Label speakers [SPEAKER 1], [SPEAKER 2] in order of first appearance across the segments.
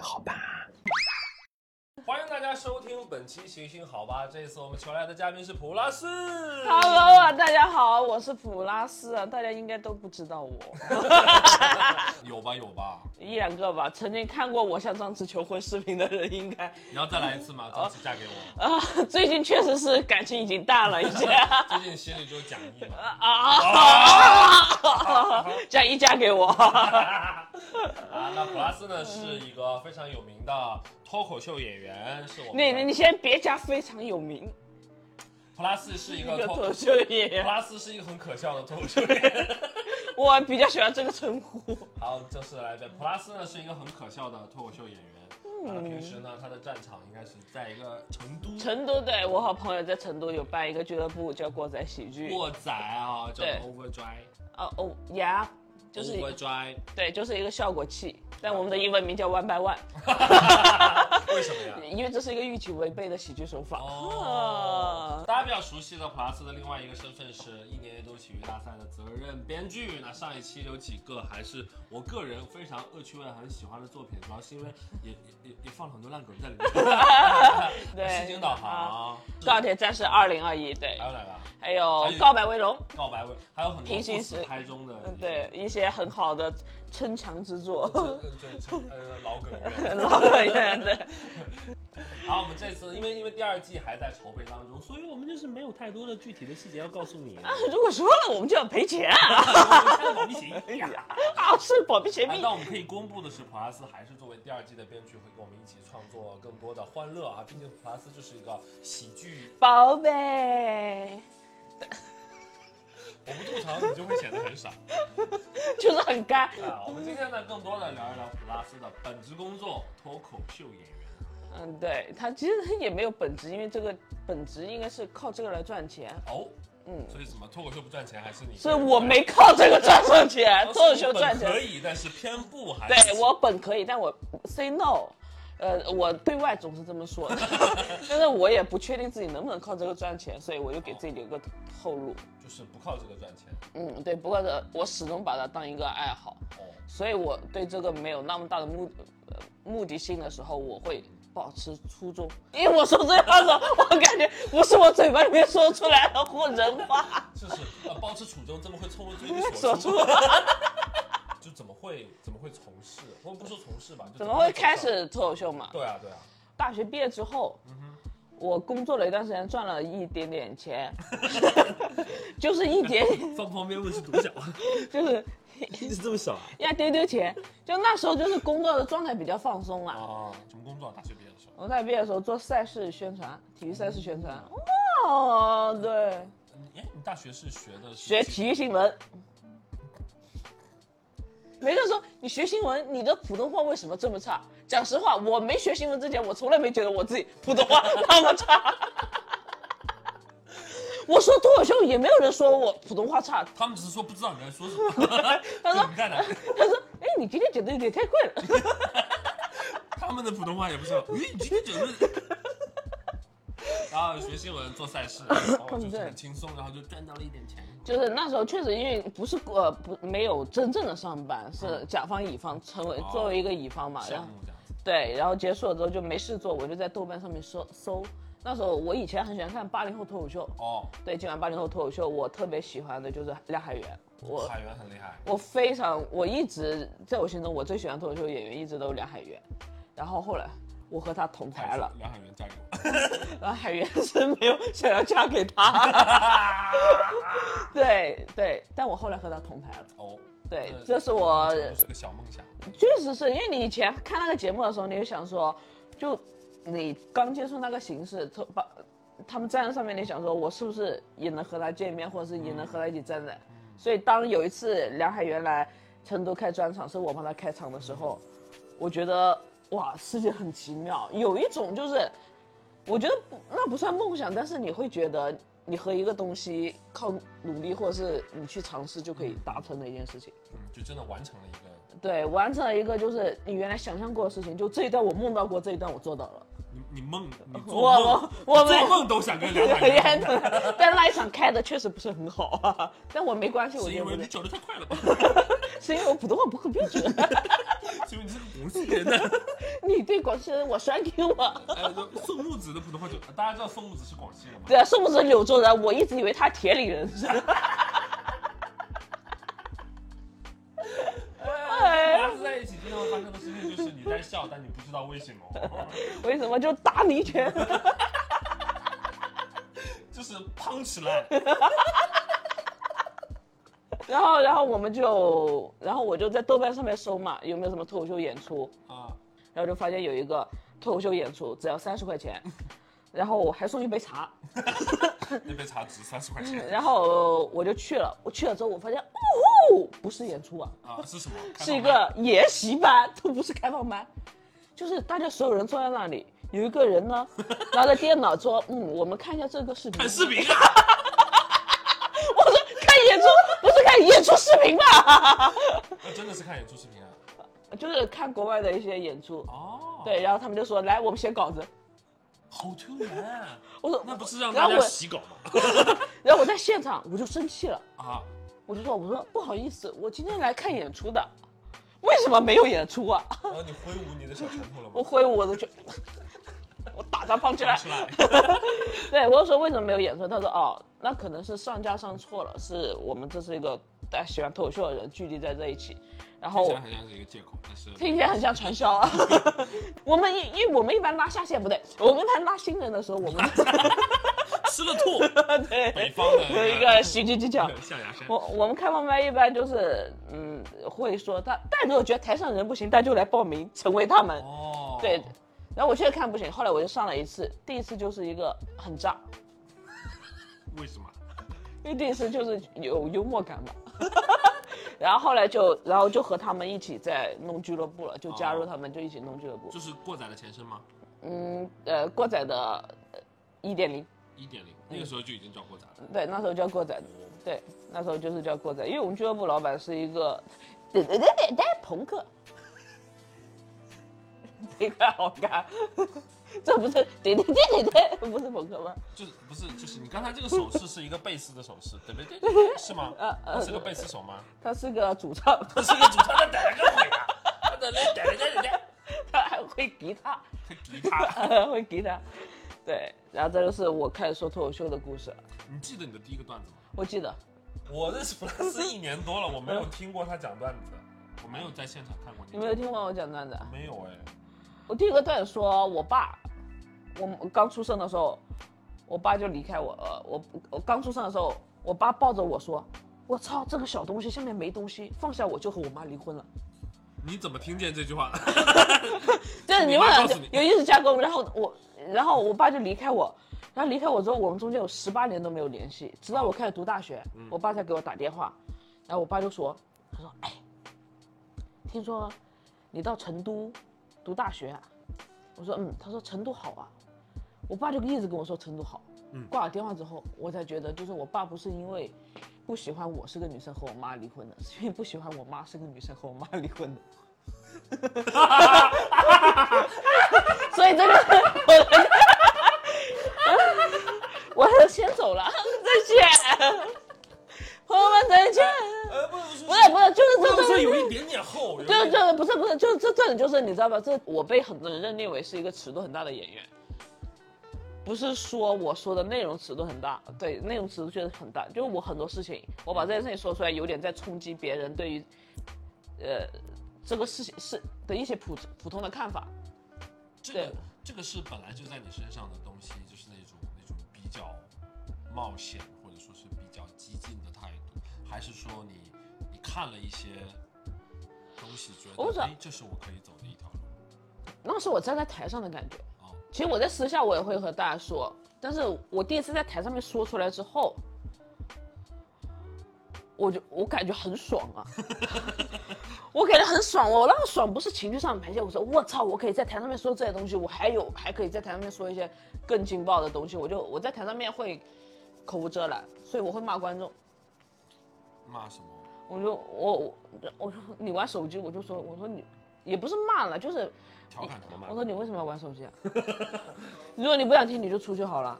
[SPEAKER 1] 好吧。
[SPEAKER 2] 欢迎大家收听本期《行行好吧》，这次我们请来的嘉宾是普拉斯。
[SPEAKER 3] Hello 啊，大家好，我是普拉斯啊，大家应该都不知道我，
[SPEAKER 2] 有吧有吧，
[SPEAKER 3] 一两个吧，曾经看过我向张弛求婚视频的人应该
[SPEAKER 2] 你要再来一次吗？这次嫁给 我，
[SPEAKER 3] 啊，最近确实是感情已经淡了一些
[SPEAKER 2] 最近心里就有蒋毅嘛。
[SPEAKER 3] 啊，嫁一嫁给我，
[SPEAKER 2] 啊，那普拉斯呢是一个非常有名的脱口秀演员，是我
[SPEAKER 3] 你你
[SPEAKER 2] 们
[SPEAKER 3] 你
[SPEAKER 2] 的。
[SPEAKER 3] 先别加非常有名，
[SPEAKER 2] 普拉斯是一
[SPEAKER 3] 一
[SPEAKER 2] 个
[SPEAKER 3] 个
[SPEAKER 2] 脱
[SPEAKER 3] 脱
[SPEAKER 2] 口
[SPEAKER 3] 口
[SPEAKER 2] 秀，
[SPEAKER 3] 秀演
[SPEAKER 2] 普
[SPEAKER 3] 员，
[SPEAKER 2] 拉斯是一个很可笑的脱口秀演员。
[SPEAKER 3] 我比较喜欢这个称呼。
[SPEAKER 2] 好，这次来的普拉斯呢是一个很可笑的脱口秀演员。他的平时呢，他的战场应该是在一个成都。
[SPEAKER 3] 嗯成都对我和朋友在成都有办一个俱乐部，叫国仔喜剧。
[SPEAKER 2] 过载啊，叫
[SPEAKER 3] 对
[SPEAKER 2] Overdrive，Overdrive，
[SPEAKER 3] 哦哦呀，就是对，就是一个效果器，但我们的英文名叫 One by One。
[SPEAKER 2] 为什么呀？
[SPEAKER 3] 因为这是一个预期违背的喜剧手法。
[SPEAKER 2] 啊哦
[SPEAKER 3] 啊，
[SPEAKER 2] 大家比较熟悉的普拉斯的另外一个身份是一年一度喜剧大赛的责任编剧。那上一期有几个还是我个人非常恶趣味、很喜欢的作品，主要是因为也也也也放了很多烂梗在里面。
[SPEAKER 3] 对
[SPEAKER 2] 西京导航，
[SPEAKER 3] 高铁战士二零二一，对
[SPEAKER 2] 还，有哪个？
[SPEAKER 3] 还有
[SPEAKER 2] 啊还有
[SPEAKER 3] 告白威龙，
[SPEAKER 2] 告白文，还有很多
[SPEAKER 3] 平行
[SPEAKER 2] 不死
[SPEAKER 3] 时
[SPEAKER 2] 拍中的
[SPEAKER 3] 嗯，对，一些很好的撑墙之作。
[SPEAKER 2] 这，这这呃老梗人。
[SPEAKER 3] 老演员对，
[SPEAKER 2] 好，我们这次因为因为第二季还在筹备当中，所以我们就是没有太多的具体的细节要告诉你。
[SPEAKER 3] 如果说了，我们就要赔钱啊！
[SPEAKER 2] 保密协议啊。
[SPEAKER 3] 啊，是保密协
[SPEAKER 2] 哎
[SPEAKER 3] 议
[SPEAKER 2] 但。我们可以公布的是，普拉斯还是作为第二季的编剧，会跟我们一起创作更多的欢乐啊。毕竟普拉斯就是一个喜剧，
[SPEAKER 3] 宝贝，
[SPEAKER 2] 我不吐槽你就会显得很傻
[SPEAKER 3] 就是很干。
[SPEAKER 2] 啊。我们今天呢，更多的聊一聊普拉斯的本职工作——脱口秀演员。
[SPEAKER 3] 嗯，对他其实他也没有本职，因为这个本职应该是靠这个来赚钱，
[SPEAKER 2] 哦，
[SPEAKER 3] 嗯
[SPEAKER 2] 所以什么脱口秀不赚钱，还是你？
[SPEAKER 3] 所以我没靠这个赚上钱，
[SPEAKER 2] 哦
[SPEAKER 3] 脱口秀赚
[SPEAKER 2] 是你本
[SPEAKER 3] 钱
[SPEAKER 2] 可。以，但是偏不还是
[SPEAKER 3] 对我本可以，但我 say no。呃，我对外总是这么说的，但是我也不确定自己能不能靠这个赚钱，所以我就给自己留个后路。
[SPEAKER 2] 就是不靠这个赚钱。
[SPEAKER 3] 嗯，对，不过这我始终把它当一个爱好，
[SPEAKER 2] 哦，
[SPEAKER 3] 所以我对这个没有那么大的目、呃、目的性的时候，我会保持初衷。因为我说这话的时候，我感觉不是我嘴巴里面说出来的或人话，
[SPEAKER 2] 就是呃，包吃楚中，怎么会冲入自己的所
[SPEAKER 3] 所
[SPEAKER 2] 出
[SPEAKER 3] 出？
[SPEAKER 2] 就怎么会怎么会从事？我不说从事吧，就
[SPEAKER 3] 怎么会开
[SPEAKER 2] 走上？
[SPEAKER 3] 始脱口秀嘛？
[SPEAKER 2] 对啊，对啊，
[SPEAKER 3] 大学毕业之后，我工作了一段时间，赚了一点点钱， 就是一点 点，
[SPEAKER 2] 放旁边问是多小 啊？
[SPEAKER 3] 就是
[SPEAKER 2] 一直这么小啊？
[SPEAKER 3] 要丢丢钱。就那时候就是工作的状态比较放松嘛。
[SPEAKER 2] 啊，什么工作啊？大学毕业的时候，
[SPEAKER 3] 我大学毕业的时候做赛事宣传，体育赛事宣传。哇，对，
[SPEAKER 2] 你哎，你大学是学的是
[SPEAKER 3] 学体育新闻。没人说你学新闻，你的普通话为什么这么差？讲实话，我没学新闻之前，我从来没觉得我自己普通话 那么差。我说脱口秀也没有人说我普通话差，
[SPEAKER 2] 他们只是说不知道你在说什么。
[SPEAKER 3] 他说
[SPEAKER 2] 你看的，
[SPEAKER 3] 他说，哎，你今天讲的有点太快了。
[SPEAKER 2] 他们的普通话也不知道。咦，你今天讲的。然后学新闻做赛 事，然后就是很轻松，然后就赚到了一点钱。
[SPEAKER 3] 就是那时候确实因为不是呃不没有真正的上班，是甲方乙方成为
[SPEAKER 2] 哦
[SPEAKER 3] 作为一个乙方嘛，然
[SPEAKER 2] 项
[SPEAKER 3] 后
[SPEAKER 2] 目这样子，
[SPEAKER 3] 对，然后结束了之后就没事做，我就在豆瓣上面搜搜。那时候我以前很喜欢看八零后脱口秀，
[SPEAKER 2] 哦，
[SPEAKER 3] 对，今晚八零后脱口秀，我特别喜欢的就是廖海源，我
[SPEAKER 2] 海源很厉害。
[SPEAKER 3] 我非常，我一直在我心中我最喜欢脱口秀演员一直都是廖海源，然后后来我和他同台了，
[SPEAKER 2] 梁海源嫁给我。
[SPEAKER 3] 然后海源是没有想要嫁给他，对对，但我后来和他同台了，
[SPEAKER 2] 哦，
[SPEAKER 3] 对
[SPEAKER 2] 嗯，
[SPEAKER 3] 这是我
[SPEAKER 2] 这是个小梦想。
[SPEAKER 3] 确实是因为你以前看那个节目的时候，你就想说，就你刚接触那个形式，从把他们站在上面，你想说我是不是也能和他见面，或者是也能和他一起站在。所以当有一次梁海源来成都开专场，是我帮他开场的时候，我觉得哇，世界很奇妙，有一种就是，我觉得不那不算梦想，但是你会觉得。你和一个东西靠努力，或者是你去尝试就可以达成的一件事情。
[SPEAKER 2] 嗯，就真的完成了一个。
[SPEAKER 3] 对，完成了一个就是你原来想象过的事情，就这一段我梦到过，这一段我做到了。
[SPEAKER 2] 你你梦，你做梦
[SPEAKER 3] 我，我我
[SPEAKER 2] 做梦都想跟梁 海
[SPEAKER 3] 对，
[SPEAKER 2] 源同台，
[SPEAKER 3] 但那一场开的确实不是很好啊，但我没关系，
[SPEAKER 2] 是
[SPEAKER 3] 我
[SPEAKER 2] 因
[SPEAKER 3] 觉
[SPEAKER 2] 为你
[SPEAKER 3] 得
[SPEAKER 2] 走的太快了吧？
[SPEAKER 3] 是因为我普通话不够标准，
[SPEAKER 2] 是因为你是个不是人呢？
[SPEAKER 3] 你对广西人，我甩给我。
[SPEAKER 2] 哎，就宋木子的普通话就大家知道宋木子是广西人吗？
[SPEAKER 3] 对啊，宋木子柳州人，我一直以为他铁岭人。
[SPEAKER 2] 哎，大家在一起经常发生的事情就是你在笑，但你不知道为什么，
[SPEAKER 3] 为什么就打你一拳？
[SPEAKER 2] 就是胖起来。
[SPEAKER 3] 然后，然后我们就，然后我就在豆瓣上面搜嘛，有没有什么脱口秀演出？
[SPEAKER 2] 啊，
[SPEAKER 3] 然后就发现有一个脱口秀演出，只要三十块钱， 然后我还送一杯茶，
[SPEAKER 2] 那杯茶值三十块钱
[SPEAKER 3] 然后我就去了。我去了之后，我发现，哦吼，不是演出啊，
[SPEAKER 2] 啊，是什么？开放麦
[SPEAKER 3] 是一个研习班，都不是开放班，就是大家所有人坐在那里，有一个人呢 拿着电脑说，嗯，我们看一下这个视频
[SPEAKER 2] 看。视频，啊
[SPEAKER 3] 我说看演出，不是看演出视频吧？
[SPEAKER 2] 那呃真的是看演出视频啊。
[SPEAKER 3] 就是看国外的一些演出。
[SPEAKER 2] 哦，，
[SPEAKER 3] 对，然后他们就说来，我们写稿子。
[SPEAKER 2] 好突然，啊
[SPEAKER 3] 我说
[SPEAKER 2] 那不是让
[SPEAKER 3] 然
[SPEAKER 2] 大
[SPEAKER 3] 后
[SPEAKER 2] 家
[SPEAKER 3] 我
[SPEAKER 2] 洗稿吗？
[SPEAKER 3] 然后我在现场我就生气了，
[SPEAKER 2] 啊，
[SPEAKER 3] 我就说我说不好意思，我今天来看演出的，为什么没有演出啊？
[SPEAKER 2] 然后你挥舞你的小拳头了
[SPEAKER 3] 我
[SPEAKER 2] 吗？
[SPEAKER 3] 挥舞我的拳， 我打他胖起来。
[SPEAKER 2] 出来，
[SPEAKER 3] 对，我就说为什么没有演出？他说哦，那可能是上架上错了，是我们这是一个大家喜欢脱口秀的人聚集在这一起，然后
[SPEAKER 2] 虽然很像是一个借口，但是
[SPEAKER 3] 听起来很像传销啊。 我们一因为我们一般拉下线不对，我们一般拉新人的时候， 我们
[SPEAKER 2] 吃了 吐。
[SPEAKER 3] 对
[SPEAKER 2] 北方的
[SPEAKER 3] 有一个喜剧技巧。
[SPEAKER 2] 象牙山
[SPEAKER 3] 啊我我们开放麦一般就是，嗯，会说他，但如果觉得台上人不行，他就来报名成为他们。
[SPEAKER 2] 哦，
[SPEAKER 3] 对，然后我现在看不行，后来我就上了一次，第一次就是一个很炸，
[SPEAKER 2] 为什么？
[SPEAKER 3] 因为第一次就是有幽默感嘛。 然后后来就，然后就和他们一起在弄俱乐部了，就加入他们，就一起弄俱乐部。
[SPEAKER 2] 就是过载的前身吗？
[SPEAKER 3] 嗯，呃，过载的呃一点零，
[SPEAKER 2] 一点零，
[SPEAKER 3] 嗯
[SPEAKER 2] 那个时候就已经叫过载了。
[SPEAKER 3] 对，那时候叫过载，对，那时候就是叫过载，因为我们俱乐部老板是一个，对对对对对，朋克， 这块好尬，这不是对对对对对，不是朋克吗？
[SPEAKER 2] 就是不是就是你刚才这个手势是一个贝斯的手势，对不对？ 对是吗？
[SPEAKER 3] 呃呃
[SPEAKER 2] 是个贝斯手吗？
[SPEAKER 3] 他是个主唱，
[SPEAKER 2] 他是个主唱，他逮了个鬼啊！他在那逮了个人，
[SPEAKER 3] 他还会吉他，
[SPEAKER 2] 他吉啊他。
[SPEAKER 3] 会吉他，对，然后这就是我开始说脱口秀的故事，
[SPEAKER 2] 啊你记得你的第一个段子吗？
[SPEAKER 3] 我记得，
[SPEAKER 2] 我认识弗拉斯一年多了，我没有听过他讲段子，我没有在现场看过。
[SPEAKER 3] 你没有？听过我讲段子啊？
[SPEAKER 2] 没有哎，
[SPEAKER 3] 我第一个段子说，我爸，我我刚出生的时候，我爸就离开我。呃，我我刚出生的时候，我爸抱着我说：“我操，这个小东西下面没东西，放下我就和我妈离婚了。
[SPEAKER 2] 你怎么听见这句 话？
[SPEAKER 3] 对，
[SPEAKER 2] 你
[SPEAKER 3] 你们
[SPEAKER 2] 妈
[SPEAKER 3] 俩
[SPEAKER 2] 告诉你
[SPEAKER 3] 有意识加工。然后我，然后我爸就离开我，然后离开我之后，我们中间有十八年都没有联系，直到我开始读大学，
[SPEAKER 2] 嗯
[SPEAKER 3] 我爸才给我打电话，然后我爸就说，他说，哎，听说你到成都读大学啊？我说嗯，他说成都好啊，我爸就一直跟我说成都好。
[SPEAKER 2] 嗯
[SPEAKER 3] 挂了电话之后，我才觉得，就是我爸不是因为不喜欢我是个女生和我妈离婚的，是因为不喜欢我妈是个女生和我妈离婚的。所以这个我的，我的先走了，再见，朋友们再见。
[SPEAKER 2] 呃，不是
[SPEAKER 3] 不是不是，就是这
[SPEAKER 2] 不是
[SPEAKER 3] 这
[SPEAKER 2] 有一点点厚，有一
[SPEAKER 3] 就
[SPEAKER 2] 点
[SPEAKER 3] 是这不是不是，就是这这种就是你知道吧？这我被很多人认定为是一个尺度很大的演员，不是说我说的内容尺度很大，对，内容尺度确实很大。就是我很多事情，我把这件事情说出来，有点在冲击别人对于，呃，这个事情是的一些普普通的看法。
[SPEAKER 2] 这个
[SPEAKER 3] 对
[SPEAKER 2] 这个是本来就在你身上的东西，就是那种那种比较冒险或者说是比较激进的态度，还是说你你看了一些东西，觉
[SPEAKER 3] 我不知
[SPEAKER 2] 得
[SPEAKER 3] 道
[SPEAKER 2] 哎，这是我可以走的一条路
[SPEAKER 3] 那是我站在台上的感觉。
[SPEAKER 2] 啊、
[SPEAKER 3] 其实我在私下我也会和大家说，但是我第一次在台上面说出来之后，我就我感觉很爽啊，我感觉很爽。我那个爽不是情绪上的排泄，我说我操，我可以在台上面说这些东西，我还有还可以在台上面说一些更劲爆的东西。我就我在台上面会口无遮拦，所以我会骂观众。
[SPEAKER 2] 骂什么？
[SPEAKER 3] 我就我我我说你玩手机，我就说我说你也不是骂了，就是
[SPEAKER 2] 调侃什么骂？
[SPEAKER 3] 我说你为什么要玩手机啊？ 如果你不想听，你就出去好了。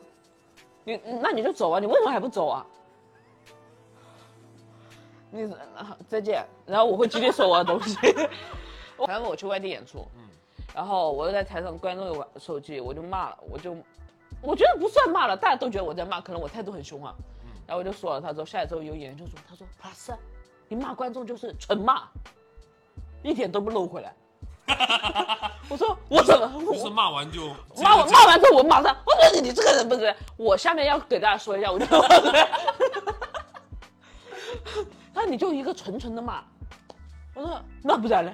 [SPEAKER 3] 你那你就走啊！你为什么还不走啊？你 啊再见。然后我会继续说我的东西。反正我去外地演出，然后我又在台上观众又玩手机，我就骂了，我就我觉得不算骂了，大家都觉得我在骂，可能我态度很凶啊。然后我就说了，他说下一周有演员就说，他说 plus，你骂观众就是纯骂，一点都不漏回来。 我说我怎么
[SPEAKER 2] 不是
[SPEAKER 3] 我
[SPEAKER 2] 骂完就
[SPEAKER 3] 骂我骂完之后我马上，我说你这个人不是，我下面要给大家说一下，我就 他说你就一个纯纯的骂，我说那不然呢？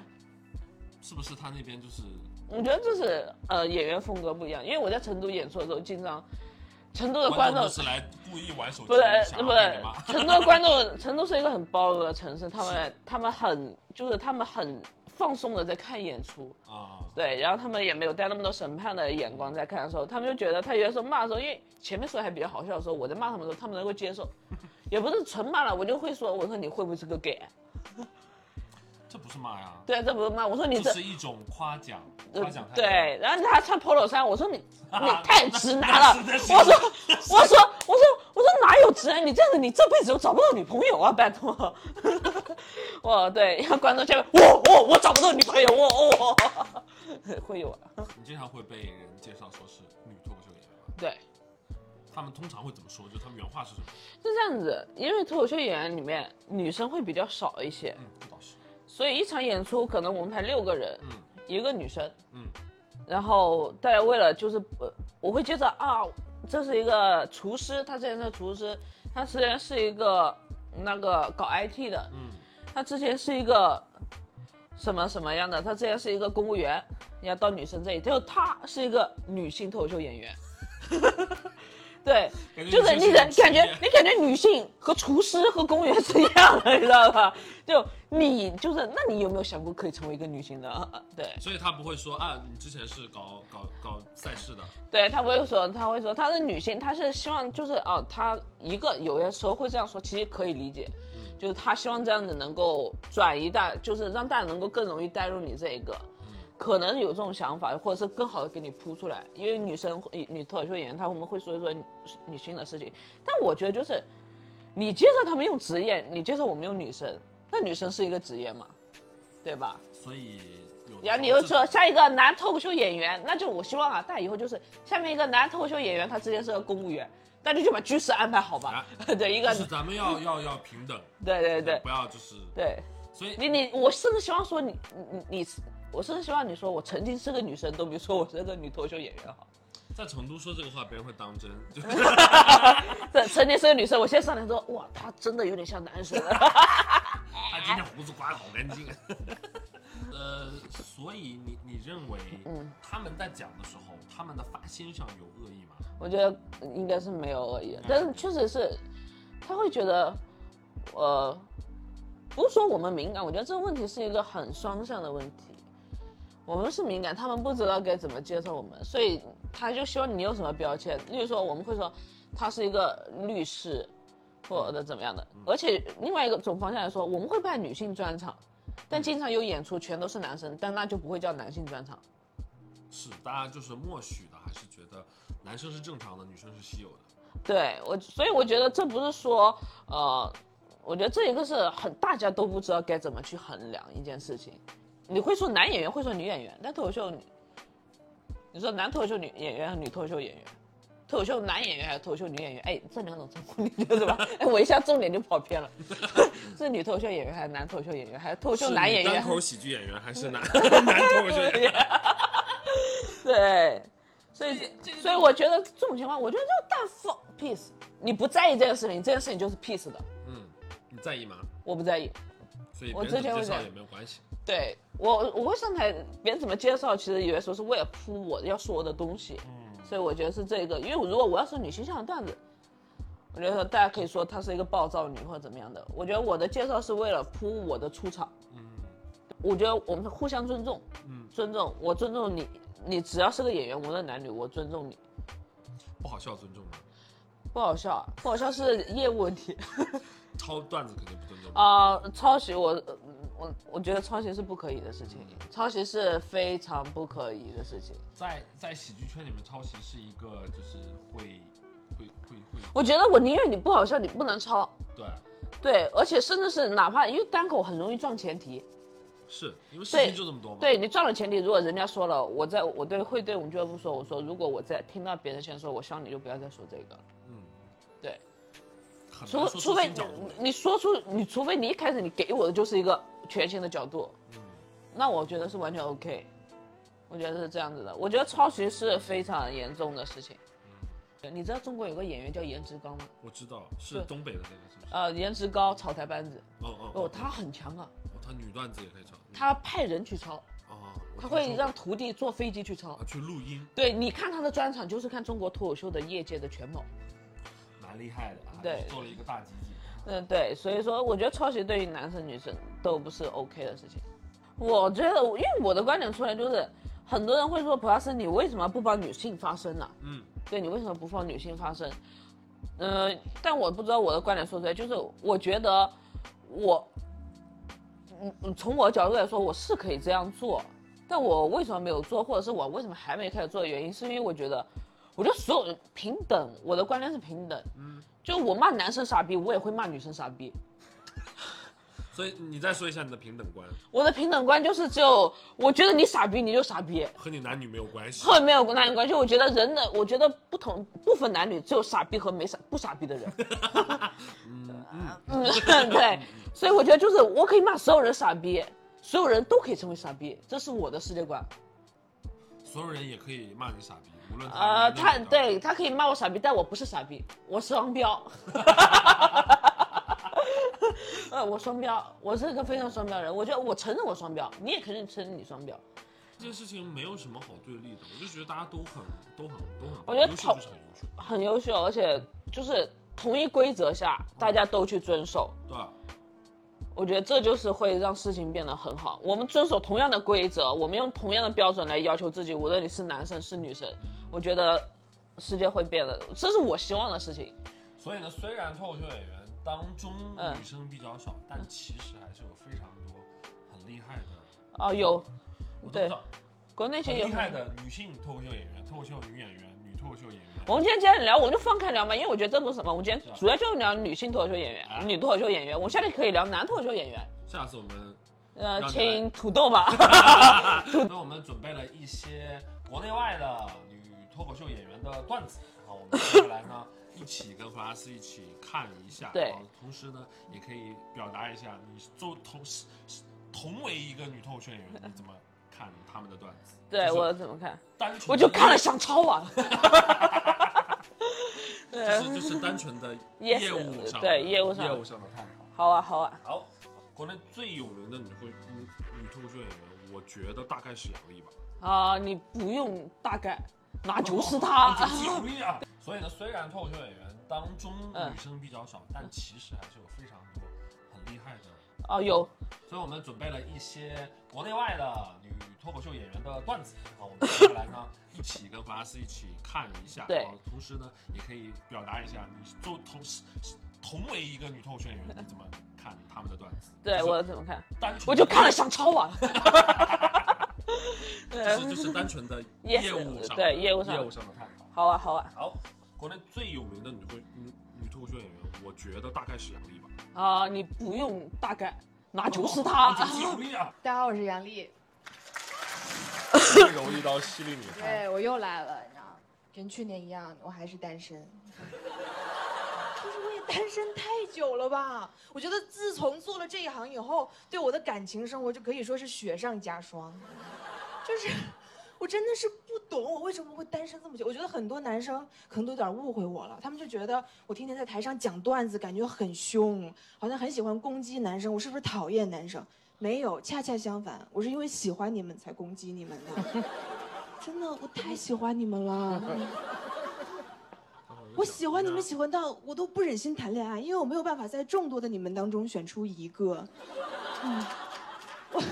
[SPEAKER 2] 是不是他那边 就是
[SPEAKER 3] 我觉得这是呃演员风格不一样，因为我在成都演出的时候，经常成都的观众
[SPEAKER 2] 都是来故意玩手机，
[SPEAKER 3] 不是
[SPEAKER 2] 想要
[SPEAKER 3] 不
[SPEAKER 2] 被
[SPEAKER 3] 是
[SPEAKER 2] 你骂
[SPEAKER 3] 成都的观众，成都是一个很包容的城市，他们他们很就是他们很放松的在看演出，
[SPEAKER 2] 啊，
[SPEAKER 3] 对，然后他们也没有带那么多审判的眼光在看的时候，他们就觉得他有的时候骂的时候，因为前面说还比较好笑的时候，我在骂他们的时候，他们能够接受， 也不是纯骂了，我就会说，我说你会不会是个 gay？
[SPEAKER 2] 这不是骂呀，
[SPEAKER 3] 对，这不是骂，我说你
[SPEAKER 2] 这
[SPEAKER 3] 这呃
[SPEAKER 2] 是一种夸奖，夸奖他。
[SPEAKER 3] 对，然后他还穿 polo 衫，我说 你你
[SPEAKER 2] 啊
[SPEAKER 3] 太
[SPEAKER 2] 那
[SPEAKER 3] 直
[SPEAKER 2] 那
[SPEAKER 3] 男了，
[SPEAKER 2] 是那是
[SPEAKER 3] 我说我说我说我说哪有直男？你这样子，你这辈子都找不到女朋友啊！拜托， 哦对，然后观众下面我我我找不到女朋友，我我 我会有啊，
[SPEAKER 2] 你经常会被人介绍说是女脱口秀演员吗？
[SPEAKER 3] 对，
[SPEAKER 2] 他们通常会怎么说？就他们原话是什么？
[SPEAKER 3] 是这样子，因为脱口秀演员里面女生会比较少一些，
[SPEAKER 2] 嗯，这倒是，
[SPEAKER 3] 所以一场演出可能我们排六个人，
[SPEAKER 2] 嗯
[SPEAKER 3] 一个女生，
[SPEAKER 2] 嗯
[SPEAKER 3] 然后大家为了就是呃，我会介绍啊，这是一个厨师，他之前是厨师，他之前是一个那个搞 IT 的，
[SPEAKER 2] 嗯，
[SPEAKER 3] 他之前是一个什么什么样的，他之前是一个公务员，你要到女生这里，就他是一个女性脱口秀演员， 对，
[SPEAKER 2] 感觉
[SPEAKER 3] 就是你感
[SPEAKER 2] 人
[SPEAKER 3] 感觉你感觉女性和厨师和公务员是一样的，你知道吧？就你就是，那你有没有想过可以成为一个女性的？啊对。
[SPEAKER 2] 所以他不会说啊，你之前是搞搞搞赛事的，
[SPEAKER 3] 对他不会说，他会说她是女性，她是希望就是哦，她一个有些时候会这样说，其实可以理解，就是她希望这样子能够转移大，就是让大家能够更容易带入你这一个，可能有这种想法，或者是更好的给你铺出来，因为女生会女脱口秀演员，她我们会说一说女女性的事情，但我觉得就是你介绍他们用职业，你介绍我们用女生，那女生是一个职业嘛，对吧？
[SPEAKER 2] 所以有。
[SPEAKER 3] 然后你又说下一个男脱口秀演员，那就我希望啊，大家以后就是下面一个男脱口秀演员，他之前是个公务员，那就就把居室安排好吧。 对， 一个
[SPEAKER 2] 就是咱们要要要平等，
[SPEAKER 3] 对对对
[SPEAKER 2] 不要就是，
[SPEAKER 3] 对，
[SPEAKER 2] 所以
[SPEAKER 3] 你你我甚至希望说你你你，我甚至希望你说我曾经是个女生，都比说我是个女脱口秀演员好。
[SPEAKER 2] 在成都说这个话，别人会当真，就 啊
[SPEAKER 3] 对， 曾经是个女生，我现在上来说哇，她真的有点像男生。
[SPEAKER 2] 他今天胡子刮得好干净。 呃，所以你你认为
[SPEAKER 3] 嗯
[SPEAKER 2] 他们在讲的时候，他们的发心上有恶意吗？
[SPEAKER 3] 我觉得应该是没有恶意的，但是确实是，他会觉得，呃，不是说我们敏感，我觉得这个问题是一个很双向的问题。我们是敏感，他们不知道该怎么接受我们，所以他就希望你有什么标签，例如说我们会说他是一个律师，或者怎么样的。而且另外一个总方向来说，我们会办女性专场，但经常有演出全都是男生，但那就不会叫男性专场。
[SPEAKER 2] 是，大家就是默许的，还是觉得男生是正常的，女生是稀有的？
[SPEAKER 3] 对我，所以我觉得这不是说，呃，我觉得这一个是很大家都不知道该怎么去衡量一件事情。你会说男演员，会说女演员，但脱口秀，你说男脱口秀女演员和女脱口秀演员，脱口秀男演员还是脱口秀女演员？哎，这两种称呼你觉得怎么样？ 哎，我一下重点就跑偏了， 是女脱口秀演员还是男脱口秀演员，还是脱口秀男演
[SPEAKER 2] 是
[SPEAKER 3] 员
[SPEAKER 2] 单？口喜剧演员还是男 男脱口秀演员？
[SPEAKER 3] 对，所以
[SPEAKER 2] 这个
[SPEAKER 3] 所以我觉得这种情况，我觉得就大放 peace，你不在意这件事情，这件事情就是 peace 的，
[SPEAKER 2] 嗯，你在意吗？
[SPEAKER 3] 我不在意。
[SPEAKER 2] 所以别
[SPEAKER 3] 我
[SPEAKER 2] 人
[SPEAKER 3] 之前
[SPEAKER 2] 怎么
[SPEAKER 3] 会
[SPEAKER 2] 介绍
[SPEAKER 3] 在意
[SPEAKER 2] 也没有关系。
[SPEAKER 3] 对我，我会上台，别人怎么介绍，其实有的时候是为了铺我要说的东西，所以我觉得是这个。因为我如果我要说女性向的段子，我觉得大家可以说她是一个暴躁女或者怎么样的。我觉得我的介绍是为了铺我的出场。
[SPEAKER 2] 嗯
[SPEAKER 3] 我觉得我们互相尊重，尊重我尊重你，你只要是个演员，无论男女，我尊重你。
[SPEAKER 2] 不好笑，尊重吗？
[SPEAKER 3] 不好笑啊，不好笑是业务问题
[SPEAKER 2] 抄段子肯定不尊重。
[SPEAKER 3] 啊、抄袭我。呃我我觉得抄袭是不可以的事情，抄袭是非常不可以的事情。
[SPEAKER 2] 在在喜剧圈里面，抄袭是一个就是会会会会
[SPEAKER 3] 我觉得我宁愿你不好笑，你不能抄。
[SPEAKER 2] 对
[SPEAKER 3] 对，而且甚至是哪怕因为单口很容易撞前提，
[SPEAKER 2] 是因为事
[SPEAKER 3] 对
[SPEAKER 2] 情就这么多嘛。
[SPEAKER 3] 对你赚了前提，如果人家说了，我在我对会对我们俱乐部说，我说如果我在听到别人先说，我希望你就不要再说这个了。
[SPEAKER 2] 嗯，
[SPEAKER 3] 对，
[SPEAKER 2] 很
[SPEAKER 3] 除
[SPEAKER 2] 难说
[SPEAKER 3] 除
[SPEAKER 2] 出
[SPEAKER 3] 非
[SPEAKER 2] 新
[SPEAKER 3] 你
[SPEAKER 2] 角度
[SPEAKER 3] 你说出你，除非你一开始你给我的就是一个全新的角度，
[SPEAKER 2] 嗯
[SPEAKER 3] 那我觉得是完全 OK。我觉得是这样子的，我觉得抄袭是非常严重的事情。
[SPEAKER 2] 嗯
[SPEAKER 3] 你知道中国有个演员叫颜值高吗？
[SPEAKER 2] 我知道是
[SPEAKER 3] 对
[SPEAKER 2] 东北的那个是不是？
[SPEAKER 3] 呃，颜值高草台班子，
[SPEAKER 2] 哦哦
[SPEAKER 3] 哦，他很强啊，
[SPEAKER 2] 哦他女段子也可以唱。
[SPEAKER 3] 他派人去抄，
[SPEAKER 2] 哦，我
[SPEAKER 3] 他
[SPEAKER 2] 听说
[SPEAKER 3] 会
[SPEAKER 2] 过
[SPEAKER 3] 让徒弟坐飞机去抄
[SPEAKER 2] 啊。去录音，
[SPEAKER 3] 对，你看他的专场就是看中国脱口秀的业界的全貌。
[SPEAKER 2] 蛮厉害的啊，
[SPEAKER 3] 对
[SPEAKER 2] 就是做了一个大集锦。
[SPEAKER 3] 嗯，对，所以说我觉得抄袭对于男生女生都不是 OK 的事情。我觉得，因为我的观点出来就是，很多人会说普拉斯，你为什么不帮女性发声呢、
[SPEAKER 2] 嗯，
[SPEAKER 3] 对你为什么不帮女性发声？呃，但我不知道我的观点说出来，就是我觉得我，嗯嗯，从我角度来说，我是可以这样做，但我为什么没有做，或者是我为什么还没开始做的原因，是因为我觉得，我觉得所有人平等，我的观念是平等，嗯，就我骂男生傻逼，我也会骂女生傻逼，
[SPEAKER 2] 所以你再说一下你的平等观，
[SPEAKER 3] 我的平等观就是只有我觉得你傻逼你就傻逼，
[SPEAKER 2] 和你男女没有关 系。
[SPEAKER 3] 和没有男女关系。我觉得人的，我觉得不同不分男女，只有傻逼和没傻不傻逼的人。 嗯，对，所以我觉得就是我可以骂所有人傻逼，所有人都可以成为傻逼，这是我的世界观。
[SPEAKER 2] 所有人也可以骂你傻逼，无论他
[SPEAKER 3] 呃，
[SPEAKER 2] 男的
[SPEAKER 3] 他
[SPEAKER 2] 女的
[SPEAKER 3] 对他可以骂我傻逼，但我不是傻逼，我双标。呃，我双标，我是一个非常双标的人。我觉得我承认我双标，你也肯定承认你双标。
[SPEAKER 2] 这件事情没有什么好对立的，我就觉得大家都很都很都很，
[SPEAKER 3] 我觉得
[SPEAKER 2] 优秀
[SPEAKER 3] 讨
[SPEAKER 2] 就是很优秀，
[SPEAKER 3] 很优秀，而且就是同一规则下大家都去遵守，
[SPEAKER 2] 对吧？
[SPEAKER 3] 嗯我觉得这就是会让事情变得很好。我们遵守同样的规则，我们用同样的标准来要求自己，无论你是男生是女生，我觉得世界会变得，这是我希望的事情。
[SPEAKER 2] 所以呢，虽然脱口秀演员当中
[SPEAKER 3] 嗯
[SPEAKER 2] 女生比较少，但其实还是有非常多很厉害的，
[SPEAKER 3] 啊、有
[SPEAKER 2] 我都
[SPEAKER 3] 对
[SPEAKER 2] 知道
[SPEAKER 3] 国内其
[SPEAKER 2] 很
[SPEAKER 3] 实有
[SPEAKER 2] 厉害的女性脱口秀演员、脱口秀女演员、女脱口秀演员。
[SPEAKER 3] 我们今天既然聊，我们就放开聊嘛，因为我觉得这不是什么，我们今
[SPEAKER 2] 是
[SPEAKER 3] 天
[SPEAKER 2] 啊
[SPEAKER 3] 主要就是聊女性脱口秀演
[SPEAKER 2] 啊
[SPEAKER 3] 员、女脱口秀演员，我下面可以聊男脱口秀演员。
[SPEAKER 2] 下次我们，让
[SPEAKER 3] 呃，
[SPEAKER 2] 你来
[SPEAKER 3] 请土豆 吧。
[SPEAKER 2] 那我们准备了一些国内外的女脱口秀演员的段子，然后我们接下来呢一起跟弗拉斯一起看一下，
[SPEAKER 3] 对
[SPEAKER 2] 然后同时呢也可以表达一下你作同时同为一个女脱口秀演员，你怎么看他们的段子？
[SPEAKER 3] 对
[SPEAKER 2] 就是
[SPEAKER 3] 我怎么看？
[SPEAKER 2] 单纯的
[SPEAKER 3] 我就看了想抄啊。对
[SPEAKER 2] 就是就是单纯的
[SPEAKER 3] Yes，
[SPEAKER 2] 业务上的
[SPEAKER 3] 对业务上
[SPEAKER 2] 业务上的探讨。
[SPEAKER 3] 好啊，好啊，
[SPEAKER 2] 好，国内最有名的女脱女女脱口秀演员，我觉得大概是杨笠吧。
[SPEAKER 3] 啊，你不用大概，那就是他。
[SPEAKER 2] 就是杨笠啊！所以呢，虽然脱口秀演员当中
[SPEAKER 3] 嗯
[SPEAKER 2] 女生比较少，但其实还是有非常多很厉害的。
[SPEAKER 3] 哦，有，
[SPEAKER 2] 所以我们准备了一些国内外的女脱口秀演员的段子，然后我们接下来呢一起跟法拉斯一起看一下，
[SPEAKER 3] 对
[SPEAKER 2] 然后同时呢也可以表达一下你作同时同为一个女脱口秀演员，你怎么看他们的段子？
[SPEAKER 3] 对
[SPEAKER 2] 就是
[SPEAKER 3] 我怎么看？
[SPEAKER 2] 单纯
[SPEAKER 3] 我就看了想抄啊。
[SPEAKER 2] 就是
[SPEAKER 3] 对
[SPEAKER 2] 就是单纯的
[SPEAKER 3] Yes，
[SPEAKER 2] 业务上的
[SPEAKER 3] 对业务上的
[SPEAKER 2] 业务上的探讨。
[SPEAKER 3] 好啊，好啊，
[SPEAKER 2] 好，国内最有名的女脱女女脱口秀演员，我觉得大概是杨笠吧。
[SPEAKER 3] 啊，你不用大概，那就是他。
[SPEAKER 2] 就是杨笠 啊！
[SPEAKER 1] 大家好，我是杨丽，
[SPEAKER 2] 温柔一刀犀利女
[SPEAKER 1] 对我又来了，你知道吗，跟去年一样，我还是单身。 就是我也单身太久了吧？我觉得自从做了这一行以后，对我的感情生活就可以说是雪上加霜。就是我真的是不懂我为什么会单身这么久。我觉得很多男生可能都有点误会我了，他们就觉得我天天在台上讲段子，感觉很凶，好像很喜欢攻击男生，我是不是讨厌男生？没有，恰恰相反，我是因为喜欢你们才攻击你们的。真的，我太喜欢你们了。我喜欢你们，喜欢到我都不忍心谈恋爱，因为我没有办法在众多的你们当中选出一个。嗯，我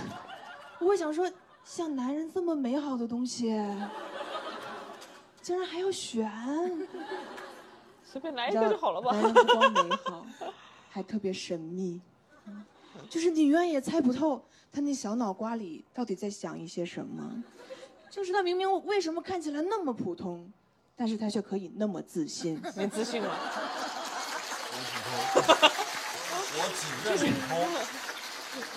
[SPEAKER 1] 我会想说，像男人这么美好的东西，竟然还要选，
[SPEAKER 3] 随便来一哎个就好了吧
[SPEAKER 1] 男？人不光美好，还特别神秘，嗯就是你永远也猜不透他那小脑瓜里到底在想一些什么。就是他明明为什么看起来那么普通，但是他却可以那么自信。
[SPEAKER 3] 你自信吗？
[SPEAKER 2] 我只认普通，我只认普通。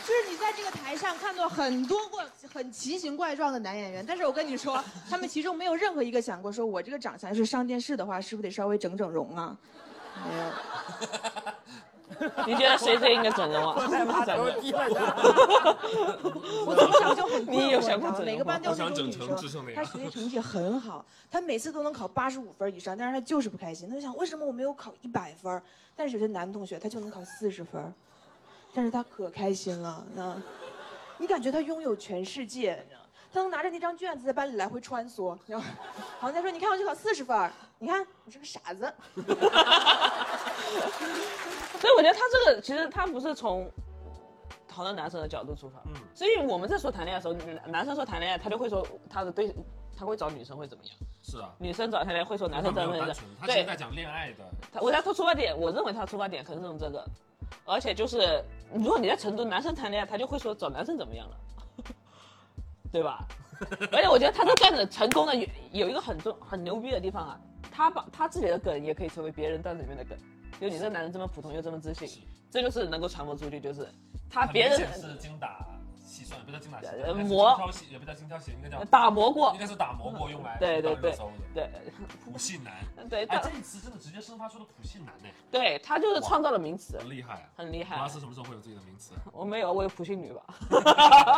[SPEAKER 1] 就是你在这个台上看到很多过很奇形怪状的男演员，但是我跟你说，他们其中没有任何一个想过，说我这个长相要是上电视的话，是不是得稍微整整容啊？没有。
[SPEAKER 3] 你觉得谁最应该整容啊？
[SPEAKER 1] 我从小就很
[SPEAKER 3] 你有想过
[SPEAKER 1] 过
[SPEAKER 3] 整容吗
[SPEAKER 1] 每个班都有那
[SPEAKER 2] 我想
[SPEAKER 1] 种
[SPEAKER 2] 整
[SPEAKER 1] 女
[SPEAKER 2] 成智胜
[SPEAKER 1] 生，她
[SPEAKER 2] 那样
[SPEAKER 1] 学 习成绩很好，她每次都能考八十五分以上，但是她就是不开心，她就想为什么我没有考一百分？但是有些男同学他就能考四十分，但是他可开心了，那，你感觉他拥有全世界，你知道吗？他能拿着那张卷子在班里来回穿梭，然后，好像他说：“你看我就考四十分，你看我是个傻子。”
[SPEAKER 3] 所以我觉得他这个其实他不是从讨论男生的角度出发，嗯，所以我们在说谈恋爱的时候，男男生说谈恋爱，他就会说他的对，他会找女生会怎么样，
[SPEAKER 2] 是啊，
[SPEAKER 3] 女生找谈恋爱会说男
[SPEAKER 2] 他
[SPEAKER 3] 生
[SPEAKER 2] 没
[SPEAKER 3] 怎
[SPEAKER 2] 有
[SPEAKER 3] 么样
[SPEAKER 2] 单纯，，他其实
[SPEAKER 3] 对
[SPEAKER 2] 在，讲恋爱的。
[SPEAKER 3] 他我觉得他出发点，我认为他出发点可能是从这个，而且就是如果你在成都男生谈恋爱，他就会说找男生怎么样了， 对吧？而且我觉得他这段子成功的有有一个很重很牛逼的地方啊，他把他自己的梗也可以成为别人段子里面的梗，就你这男人这么普通又这么自信，这就是能够传播出去，就是他
[SPEAKER 2] 很
[SPEAKER 3] 啊别
[SPEAKER 2] 明
[SPEAKER 3] 人
[SPEAKER 2] 显是精打细算，不叫精打细
[SPEAKER 3] 呃
[SPEAKER 2] 算，
[SPEAKER 3] 磨
[SPEAKER 2] 精挑细也不叫精挑细，应该叫
[SPEAKER 3] 打磨过
[SPEAKER 2] 应，该是打磨过用来
[SPEAKER 3] 对对
[SPEAKER 2] 当热
[SPEAKER 3] 对
[SPEAKER 2] 搜的
[SPEAKER 3] 对
[SPEAKER 2] 普信男。
[SPEAKER 3] 对
[SPEAKER 2] 哎，
[SPEAKER 3] 他
[SPEAKER 2] 这一次真的直接生发出了普信男呢，
[SPEAKER 3] 对他就是创造了名词，
[SPEAKER 2] 很厉害啊！
[SPEAKER 3] 很厉害
[SPEAKER 2] 我要是什么时候会有自己的名词？啊
[SPEAKER 3] 我没有，我有普信女吧，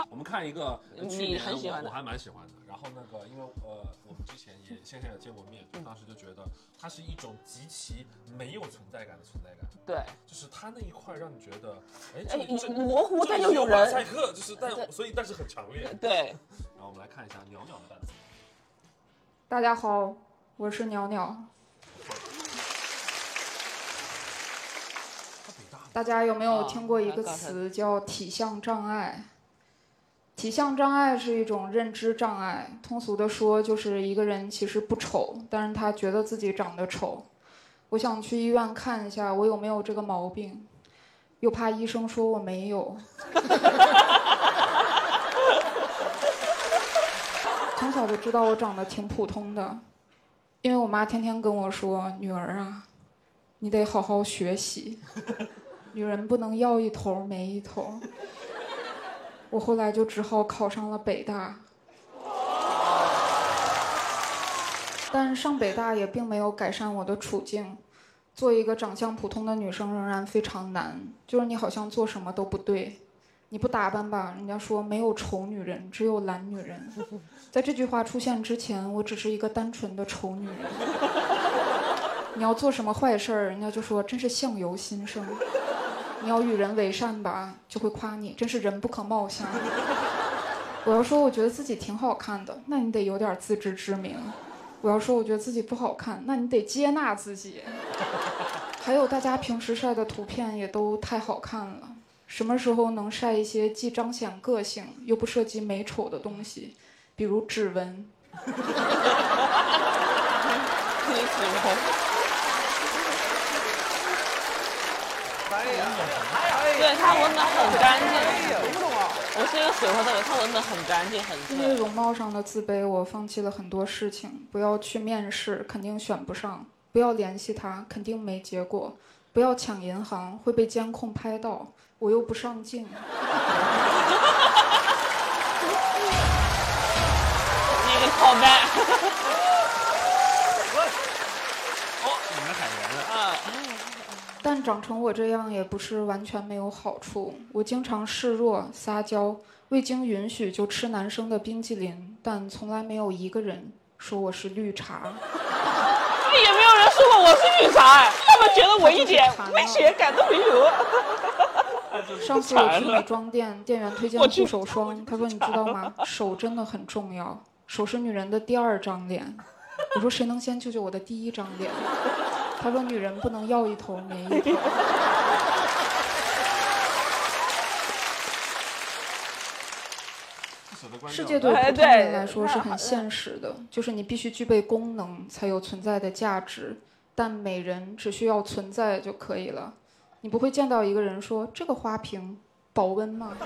[SPEAKER 2] 我们看一个，呃
[SPEAKER 3] 你
[SPEAKER 2] 去年
[SPEAKER 3] 很喜欢的
[SPEAKER 2] 我，我还蛮喜欢的。然后那个，因为呃，我们之前也线下有见过面，
[SPEAKER 3] 嗯
[SPEAKER 2] 当时就觉得它是一种极其没有存在感的存在感，
[SPEAKER 3] 对，
[SPEAKER 2] 就是它那一块让你觉得，哎，这
[SPEAKER 3] 哎
[SPEAKER 2] 里这，
[SPEAKER 3] 模
[SPEAKER 2] 这
[SPEAKER 3] 糊但
[SPEAKER 2] 里
[SPEAKER 3] 又
[SPEAKER 2] 有
[SPEAKER 3] 有
[SPEAKER 2] 马赛
[SPEAKER 3] 人，呃
[SPEAKER 2] 克，就是但
[SPEAKER 3] 对
[SPEAKER 2] 所以但是很强烈。
[SPEAKER 3] 对。
[SPEAKER 2] 然后我们来看一下鸟鸟的段子，
[SPEAKER 4] 大家好，我是鸟鸟。
[SPEAKER 2] 他北大的
[SPEAKER 4] 大家有没有
[SPEAKER 3] 哦
[SPEAKER 4] 听过一
[SPEAKER 3] 那
[SPEAKER 4] 个
[SPEAKER 3] 刚才
[SPEAKER 4] 词叫体相障碍？体相障碍是一种认知障碍，通俗的说就是一个人其实不丑，但是他觉得自己长得丑。我想去医院看一下我有没有这个毛病，又怕医生说我没有。从小就知道我长得挺普通的，因为我妈天天跟我说：“女儿啊，你得好好学习。”女人不能要一头儿没一头 儿。我后来就只好考上了北大，但上北大也并没有改善我的处境。做一个长相普通的女生仍然非常难，就是你好像做什么都不对。你不打扮吧，人家说没有丑女人，只有懒女人。在这句话出现之前，我只是一个单纯的丑女人。你要做什么坏事儿，人家就说真是相由心生。你要与人为善吧，就会夸你，真是人不可貌相。 我要说我觉得自己挺好看的，那你得有点自知之明。我要说我觉得自己不好看，那你得接纳自己。 还有大家平时晒的图片也都太好看了，什么时候能晒一些既彰显个性又不涉及美丑的东西，比如指纹。
[SPEAKER 3] 对他闻得很干净，我是一个水货的人，他闻得很干净，很
[SPEAKER 4] 因为
[SPEAKER 3] 正。
[SPEAKER 4] 容貌上的自卑，我放弃了很多事情。不要去面试，肯定选不上；不要联系他，肯定没结果；不要抢银行，会被监控拍到。我又不上镜。
[SPEAKER 3] 一个靠背，
[SPEAKER 2] 哦，你们海源的，
[SPEAKER 3] 嗯，
[SPEAKER 4] 但长成我这样也不是完全没有好处。我经常示弱、撒娇，未经允许就吃男生的冰激凌，但从来没有一个人说我是绿茶。
[SPEAKER 3] 也没有人说过我是女茶哎，他们觉得我一点威胁感都没有。呃
[SPEAKER 4] 上次我去美妆店，店员推荐
[SPEAKER 3] 我去
[SPEAKER 4] 护手霜，他说你知道吗？手真的很重要，手是女人的第二张脸。我说谁能先救救我的第一张脸？他说女人不能要一头没一头。
[SPEAKER 2] 不舍得关掉
[SPEAKER 4] 世界对
[SPEAKER 3] 哎
[SPEAKER 4] 普通人
[SPEAKER 3] 对
[SPEAKER 4] 来说是
[SPEAKER 3] 那
[SPEAKER 4] 很现实的，就是你必须具备功能才有存在的价值，但美人只需要存在就可以了。你不会见到一个人说这个花瓶保温吗？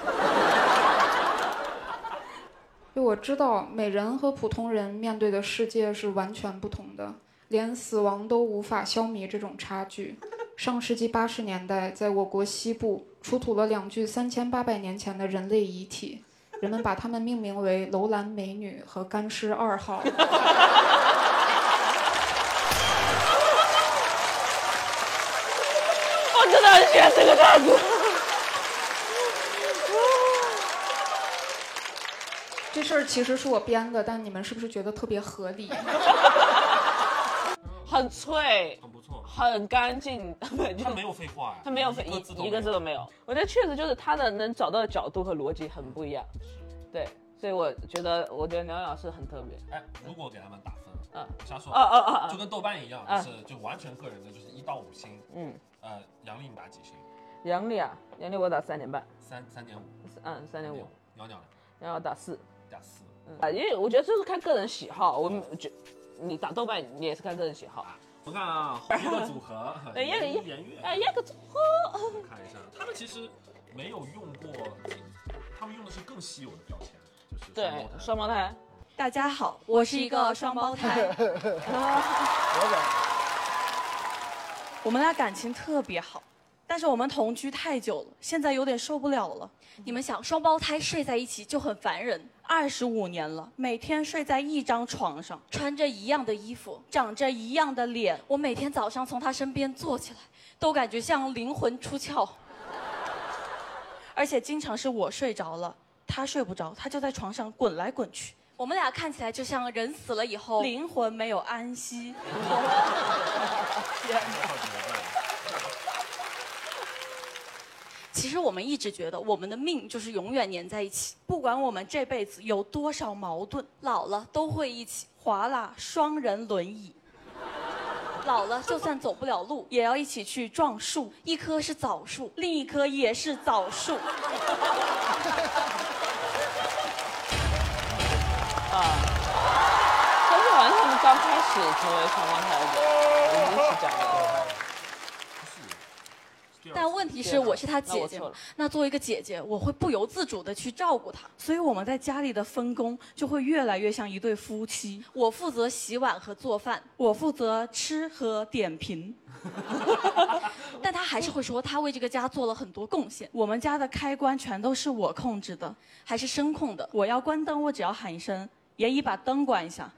[SPEAKER 4] 因为我知道美人和普通人面对的世界是完全不同的，连死亡都无法消弭这种差距。上世纪八十年代，在我国西部，出土了两具三千八百年前的人类遗体，人们把它们命名为楼兰美女和干尸二号。
[SPEAKER 3] 我真的很喜欢这个段子。
[SPEAKER 4] 这事儿其实是我编的，但你们是不是觉得特别合理？
[SPEAKER 3] 很脆，
[SPEAKER 2] 很不 错。
[SPEAKER 3] 很干净，就
[SPEAKER 2] 他没有废话呀，
[SPEAKER 3] 他没有
[SPEAKER 2] 一
[SPEAKER 3] 一
[SPEAKER 2] 个字都
[SPEAKER 3] 一个字都没有。我觉得确实就是他的能找到的角度和逻辑很不一样，对，所以我觉得我觉得梁老师很特别，
[SPEAKER 2] 哎，如果给他们打分，
[SPEAKER 3] 嗯
[SPEAKER 2] 瞎说，
[SPEAKER 3] 啊啊啊
[SPEAKER 2] 就
[SPEAKER 3] 啊，
[SPEAKER 2] 跟豆瓣一样，
[SPEAKER 3] 啊
[SPEAKER 2] 就是就完全个人的，就是一到五星。
[SPEAKER 3] 嗯，
[SPEAKER 2] 呃，杨笠你打几星？
[SPEAKER 3] 杨丽啊，杨丽我打三点半，
[SPEAKER 2] 三三点五，
[SPEAKER 3] 嗯，三点五，，
[SPEAKER 2] 鸟鸟呢
[SPEAKER 3] 然后打四，
[SPEAKER 2] 打四。
[SPEAKER 3] 嗯，啊，因为我觉得这是看个人喜好，我们觉你打豆瓣你也是看个人喜好，
[SPEAKER 2] 我看啊，红一个组 合，
[SPEAKER 3] 哎呀
[SPEAKER 2] 颜颜悦，
[SPEAKER 3] 哎，呀个中国
[SPEAKER 2] 看一下，他们其实没有用过，他们用的是更稀有的标签，就是双
[SPEAKER 3] 对
[SPEAKER 2] 胞，胎
[SPEAKER 3] 双胞胎，
[SPEAKER 5] 大家好，我是一个双胞胎， 我们俩感情特别好，但是我们同居太久了，现在有点受不了了。
[SPEAKER 6] 你们想，双胞胎睡在一起就很烦人，
[SPEAKER 5] 二十五年了，每天睡在一张床上，
[SPEAKER 6] 穿着一样的衣服。
[SPEAKER 5] 长着一样的脸，
[SPEAKER 6] 我每天早上从他身边坐起来，都感觉像灵魂出窍。
[SPEAKER 5] 而且经常是我睡着了，他睡不着，他就在床上滚来滚去，
[SPEAKER 6] 我们俩看起来就像人死了以后，
[SPEAKER 5] 灵魂没有安 息。其实我们一直觉得我们的命就是永远粘在一起，不管我们这辈子有多少矛盾，
[SPEAKER 6] 老了都会一起，
[SPEAKER 5] 划拉双人轮椅
[SPEAKER 6] 老了就算走不了路，
[SPEAKER 5] 也要一起去撞树，
[SPEAKER 6] 一棵是枣树，
[SPEAKER 5] 另一棵也是枣树。
[SPEAKER 3] 但是好像他们刚开始成为双胞胎的，我们一起讲的，
[SPEAKER 6] 但问题是我是他
[SPEAKER 3] 那
[SPEAKER 6] 姐
[SPEAKER 3] 我
[SPEAKER 6] 姐
[SPEAKER 3] 错
[SPEAKER 6] 嘛
[SPEAKER 3] 了，，
[SPEAKER 6] 那作为一个姐姐，我会不由自主的去照顾她。
[SPEAKER 5] 所以我们在家里的分工就会越来越像一对夫妻，
[SPEAKER 6] 我负责洗碗和做饭，
[SPEAKER 5] 我负责吃和点评。
[SPEAKER 6] 但她还是会说她为这个家做了很多贡献，
[SPEAKER 5] 我们家的开关全都是我控制的，
[SPEAKER 6] 还是声控的。
[SPEAKER 5] 我要关灯，我只要喊一声“严姨，把灯关一下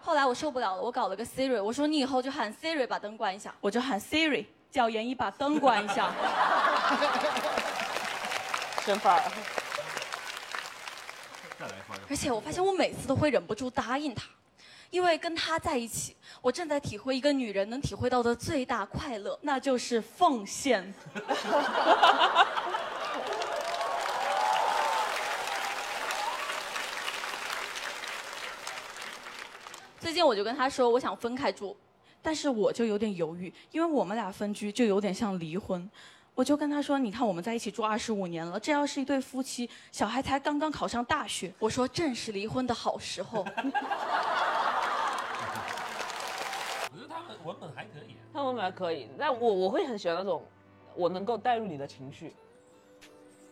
[SPEAKER 6] 后来我受不了了，我搞了个 Siri，我说你以后就喊 Siri 把灯关一下”，。
[SPEAKER 5] 我就喊 Siri 叫严姨把灯关一 下。
[SPEAKER 3] 真范儿。
[SPEAKER 2] 再来一块儿。
[SPEAKER 6] 而且我发现我每次都会忍不住答应他，因为跟他在一起，我正在体会一个女人能体会到的最大快乐。
[SPEAKER 5] 那就是奉献。
[SPEAKER 6] 最近我就跟他说，我想分开住，
[SPEAKER 5] 但是我就有点犹豫，因为我们俩分居就有点像离婚。我就跟他说：“你看，我们在一起住二十五年了，这要是一对夫妻，小孩才刚刚考上大学，
[SPEAKER 6] 我说正是离婚的好时候。
[SPEAKER 2] 我觉得他们文本还可以，
[SPEAKER 3] 他们还可以，但我我会很喜欢那种，我能够带入你的情绪。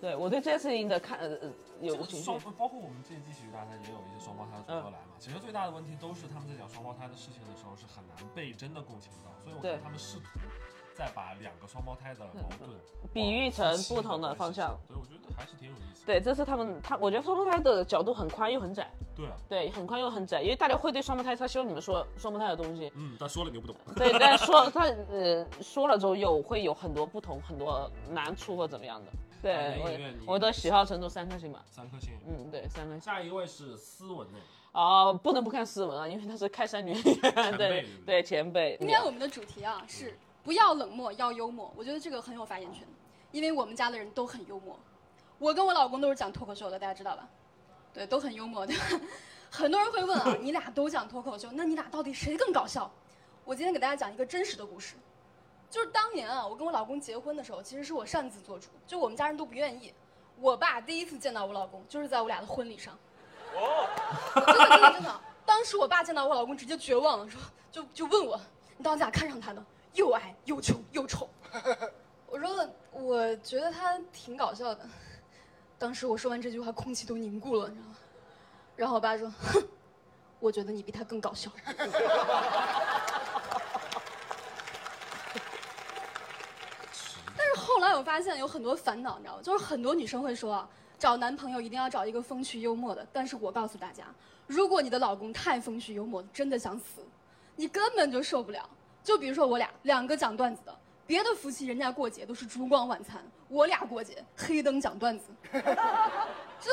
[SPEAKER 3] 对我对这件事情的看呃呃有
[SPEAKER 2] 这个
[SPEAKER 3] 情绪嗯
[SPEAKER 2] 双，包括我们这一季喜剧大赛也有一些双胞胎的组合来嘛。其实最大的问题都是他们在讲双胞胎的事情的时候是很难被真的共情到，所以我觉得
[SPEAKER 3] 对嗯
[SPEAKER 2] 他们试图再把两个双胞胎的矛盾
[SPEAKER 3] 比喻成不同的方向。
[SPEAKER 2] 对，我觉得还是挺有意思的。
[SPEAKER 3] 对，这是他们他我觉得双胞胎的角度很宽又很窄，
[SPEAKER 2] 对啊，
[SPEAKER 3] 对，很宽又很窄，因为大家会对双胞胎，他希望你们说双胞胎的东西，
[SPEAKER 2] 嗯，但说了你又不懂。
[SPEAKER 3] 对，但说他呃说了之后有会有很多不同很多难处或怎么样的。
[SPEAKER 2] 哎
[SPEAKER 3] 对
[SPEAKER 2] 那个月你
[SPEAKER 3] 我我的喜好程度三颗星吧，
[SPEAKER 2] 三颗星。
[SPEAKER 3] 嗯对三颗星。
[SPEAKER 2] 下一位是斯文内，
[SPEAKER 3] 哦，不能不看斯文啊，因为他是开山女演员，对对前辈。
[SPEAKER 7] 今天我们的主题啊是不要冷漠，要幽默。我觉得这个很有发言权，因为我们家的人都很幽默。我跟我老公都是讲脱口秀的，大家知道吧？对，都很幽默的。 很多人会问啊，你俩都讲脱口秀，那你俩到底谁更搞笑？我今天给大家讲一个真实的故事，就是当年啊，我跟我老公结婚的时候，其实是我擅自做主，就我们家人都不愿意。我爸第一次见到我老公，就是在我俩的婚礼上。哦， 真的真的真的，当时我爸见到我老公直接绝望了，说就就问我，你到底咋看上他的？又矮又穷又丑。我说我觉得他挺搞笑的。当时我说完这句话，空气都凝固了，你知道吗？然后我爸说，哼，我觉得你比他更搞笑。但是后来我发现有很多烦恼，你知道吗？就是很多女生会说啊，找男朋友一定要找一个风趣幽默的。但是我告诉大家，如果你的老公太风趣幽默，真的想死，你根本就受不了。就比如说我俩，两个讲段子的，别的夫妻人家过节都是烛光晚餐，我俩过节黑灯讲段子。 真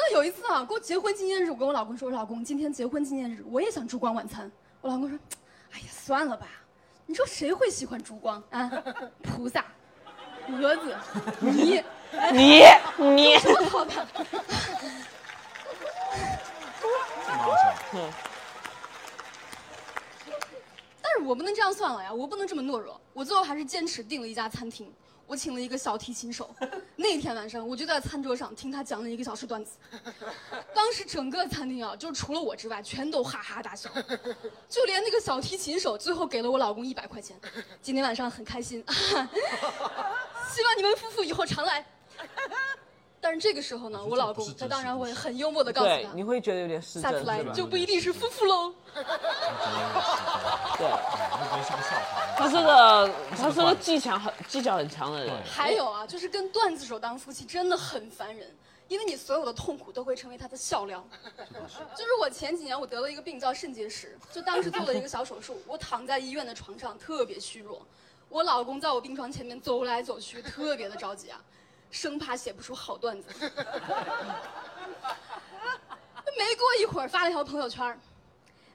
[SPEAKER 7] 的有一次啊，给我结婚纪念日，我跟我老公说，我老公今天结婚纪念日，我也想烛光晚餐。我老公说，哎呀，算了吧，你说谁会喜欢烛光啊？菩萨、蛾子、你，
[SPEAKER 3] 你你
[SPEAKER 7] 哎好吧，
[SPEAKER 2] 蛮好笑。
[SPEAKER 7] 但是我不能这样算了呀，我不能这么懦弱。我最后还是坚持订了一家餐厅，我请了一个小提琴手。那天晚上，我就在餐桌上听他讲了一个小时段子。当时整个餐厅啊，就是除了我之外，全都哈哈大笑，就连那个小提琴手最后给了我老公一百块钱。今天晚上很开心， 希望你们夫妇以后常来。但是这个时候呢，
[SPEAKER 2] 我觉得
[SPEAKER 7] 我老
[SPEAKER 2] 啊这
[SPEAKER 7] 公
[SPEAKER 2] 不是
[SPEAKER 7] 他
[SPEAKER 2] 真
[SPEAKER 7] 当
[SPEAKER 2] 实
[SPEAKER 7] 然
[SPEAKER 2] 故
[SPEAKER 7] 会
[SPEAKER 2] 事
[SPEAKER 7] 很幽默的告诉
[SPEAKER 3] 对，你
[SPEAKER 7] 他，
[SPEAKER 3] 会觉得有点失
[SPEAKER 7] 下次
[SPEAKER 3] 真，
[SPEAKER 7] 来
[SPEAKER 3] 对吧？
[SPEAKER 7] 就不一定是夫妇喽。
[SPEAKER 3] 对，
[SPEAKER 2] 我觉得是个笑话。
[SPEAKER 3] 他是个他是个技巧很技巧很强的
[SPEAKER 2] 对。
[SPEAKER 3] 人
[SPEAKER 7] 还有啊，就是跟段子手当夫妻真的很烦人，因为你所有的痛苦都会成为他的笑料。就是我前几年我得了一个病叫肾结石，就当时做了一个小手术，我躺在医院的床上特别虚弱，我老公在我病床前面走来走去，特别的着急啊，生怕写不出好段子。没过一会儿发了一条朋友圈儿，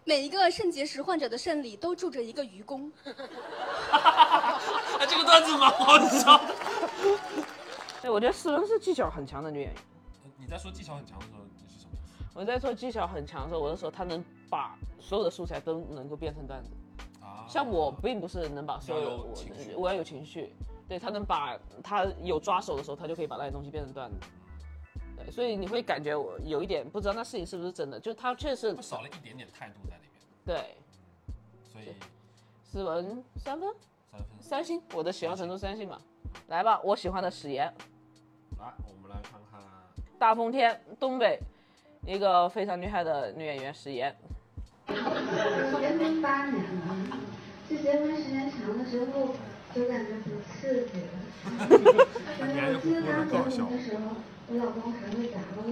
[SPEAKER 7] 每一个肾结石患者的肾里都住着一个愚公。
[SPEAKER 2] 哎，这个段子蛮好笑。
[SPEAKER 3] 对，我觉得思文是技巧很强的女演员。
[SPEAKER 2] 你在说技巧很强的时候，你是什么？
[SPEAKER 3] 我在说技巧很强的时候，我是说她能把所有的素材都能够变成段子。
[SPEAKER 2] 啊，
[SPEAKER 3] 像我并不是能把所
[SPEAKER 2] 你
[SPEAKER 3] 有
[SPEAKER 2] 要有
[SPEAKER 3] 我
[SPEAKER 2] 情绪
[SPEAKER 3] 我要有情绪，对他能把他有抓手的时候，他就可以把那些东西变成段子。对，所以你会感觉我有一点不知道那事情是不是真的，就他确实
[SPEAKER 2] 会少了一点点态度在里面，
[SPEAKER 3] 对
[SPEAKER 2] 所以
[SPEAKER 3] 斯文三分
[SPEAKER 2] 三分
[SPEAKER 3] 三星，我的喜好程度三星吧。来吧，我喜欢的史岩，
[SPEAKER 2] 来，我们来看看，
[SPEAKER 3] 大风天东北一个非常厉害的女演员史岩，
[SPEAKER 8] 结婚八年了，就结婚时间长了之后，就感觉不刺激了。然后我记得刚结婚的时候，我老公还会打我。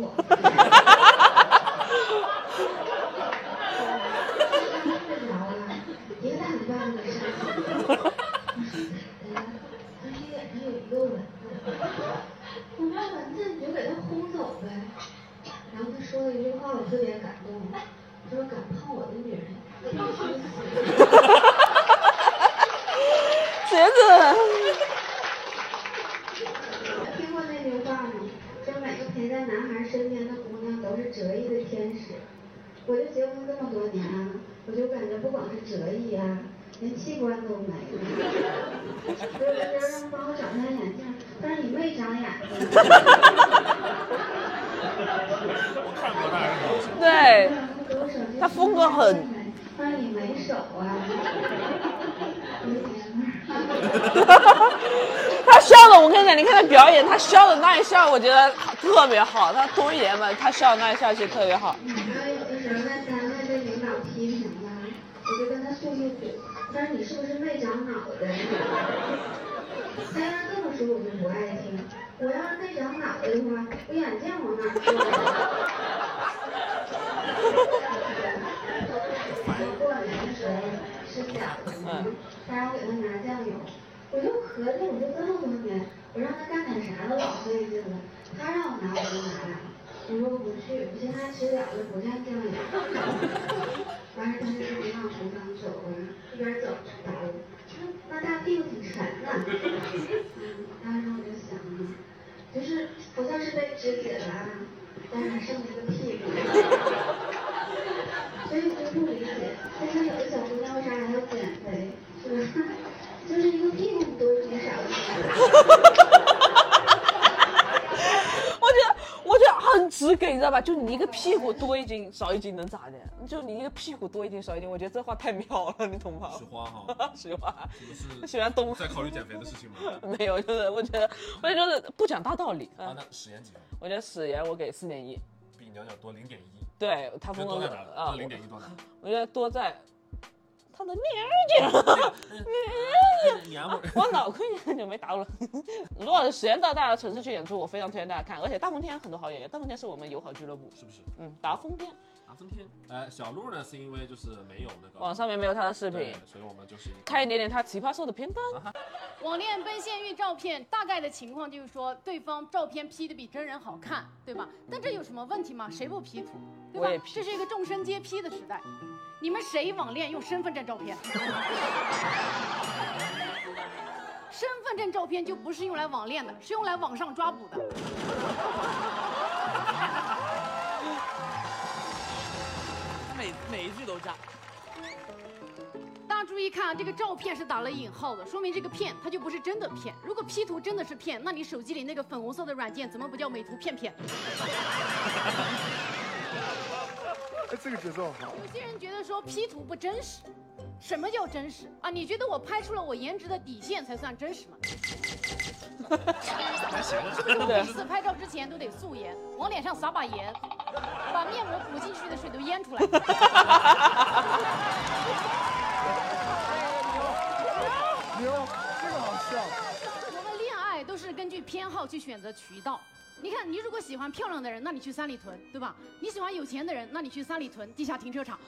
[SPEAKER 8] 睡不着了，一个大礼拜都没上床。我说咋的了？他说有一个蚊子，我说蚊子你就给它轰走呗。然后他说了一句话，我特别感动，他说敢碰我的女人，必须死。
[SPEAKER 3] 史岩子。
[SPEAKER 8] 听过那句话吗？说每个陪在男孩身边的姑娘都是折翼的天使。我就结婚这么多年啊，我就感觉不光是折翼啊，连器官都没了。所以别人帮我找下眼镜，但是你没长眼睛。
[SPEAKER 2] 我看过那个东西，
[SPEAKER 3] 对， 他
[SPEAKER 8] 他
[SPEAKER 3] 风格很，
[SPEAKER 8] 但是你没手啊。 我就纳闷儿。
[SPEAKER 3] 他笑的，我跟你讲，你看他表演，他笑的那一笑，我觉得特别好。他东爷们，他笑的那一笑其实特别好。
[SPEAKER 8] 然后有的时候在单位被领导批评了，我就跟他诉诉苦，他说你是不是没长脑袋？啊 他要是这么说我就不爱听，我要是没长脑袋的话，我眼镜往哪儿 放？我过年的时候吃饺子嘛，他让我给他拿酱油，我就合计我就这么多年，我让他干点啥都老费劲了，他让我拿我就拿。我说不去，我现在吃饺子不蘸酱油。完事他就一边往厨房走啊，一边走着打我，那大屁股挺沉呐。嗯，当时我就想啊，就是我算是被肢解了啊，但是还剩了一个屁股。所以我就不理解，为啥有的小姑娘为啥还要减肥，是吧？ 就是一个屁股你多一点少一点。
[SPEAKER 3] 我觉得，我觉得很直给，你知道吧？就你一个屁股多一斤少一斤能咋的？就你一个屁股多一斤少一斤，我觉得这话太妙了，你懂吗？
[SPEAKER 2] 喜欢哈，
[SPEAKER 3] 喜欢，
[SPEAKER 2] 这不是
[SPEAKER 3] 喜欢东
[SPEAKER 2] 在考虑减肥的事情吗？
[SPEAKER 3] 没有，就是我觉得，我觉得就是不讲大道理。
[SPEAKER 2] 啊，
[SPEAKER 3] 嗯，
[SPEAKER 2] 那史岩几分？
[SPEAKER 3] 我觉得史岩我给四点一，
[SPEAKER 2] 比鸟鸟多零点一，
[SPEAKER 3] 对他
[SPEAKER 2] 这
[SPEAKER 3] 风
[SPEAKER 2] 多
[SPEAKER 3] 格
[SPEAKER 2] 在哪？
[SPEAKER 3] 啊
[SPEAKER 2] 多，零点一多在哪？
[SPEAKER 3] 我觉得多在，他的娘家，
[SPEAKER 2] 娘们儿，
[SPEAKER 3] 我老亏很久没打了。 如果时间到大的城市去演出，我非常推荐大家看，而且大风天很多好演员，大风天是我们友好俱乐部，
[SPEAKER 2] 是不是？
[SPEAKER 3] 嗯，达风天，
[SPEAKER 2] 达芬天，呃，小鹿呢是因为就是没有那个
[SPEAKER 3] 网上面没有他的视
[SPEAKER 2] 对
[SPEAKER 3] 频，，
[SPEAKER 2] 所以我们就是一个
[SPEAKER 3] 看一点点他奇葩说的片段。
[SPEAKER 9] 网恋奔现遇照片，大概的情况就是说，对方照片 P 的比真人好看，对吧？但这有什么问题吗？谁不 P 图，对
[SPEAKER 3] 我也
[SPEAKER 9] 吧？
[SPEAKER 3] P
[SPEAKER 9] 这是一个众生皆 P 的时代，你们谁网恋用身份证照片？ 身份证照片就不是用来网恋的，是用来网上抓捕的。
[SPEAKER 3] 每每一句都炸。
[SPEAKER 9] 大家注意看啊，这个照片是打了引号的，说明这个骗它就不是真的骗。如果 P 图真的是骗，那你手机里那个粉红色的软件怎么不叫美图骗骗？
[SPEAKER 10] 哎， 这个节奏好。
[SPEAKER 9] 有些人觉得说 P 图不真实，什么叫真实啊？你觉得我拍出了我颜值的底线才算真实吗？
[SPEAKER 2] 还行啊，
[SPEAKER 9] 我每次拍照之前都得素颜，往脸上撒把盐，把面膜补进去的水都淹出来。
[SPEAKER 10] 牛，这个好笑。
[SPEAKER 9] 我们恋爱都是根据偏好去选择渠道。你看，你如果喜欢漂亮的人，那你去三里屯，对吧？你喜欢有钱的人，那你去三里屯地下停车场。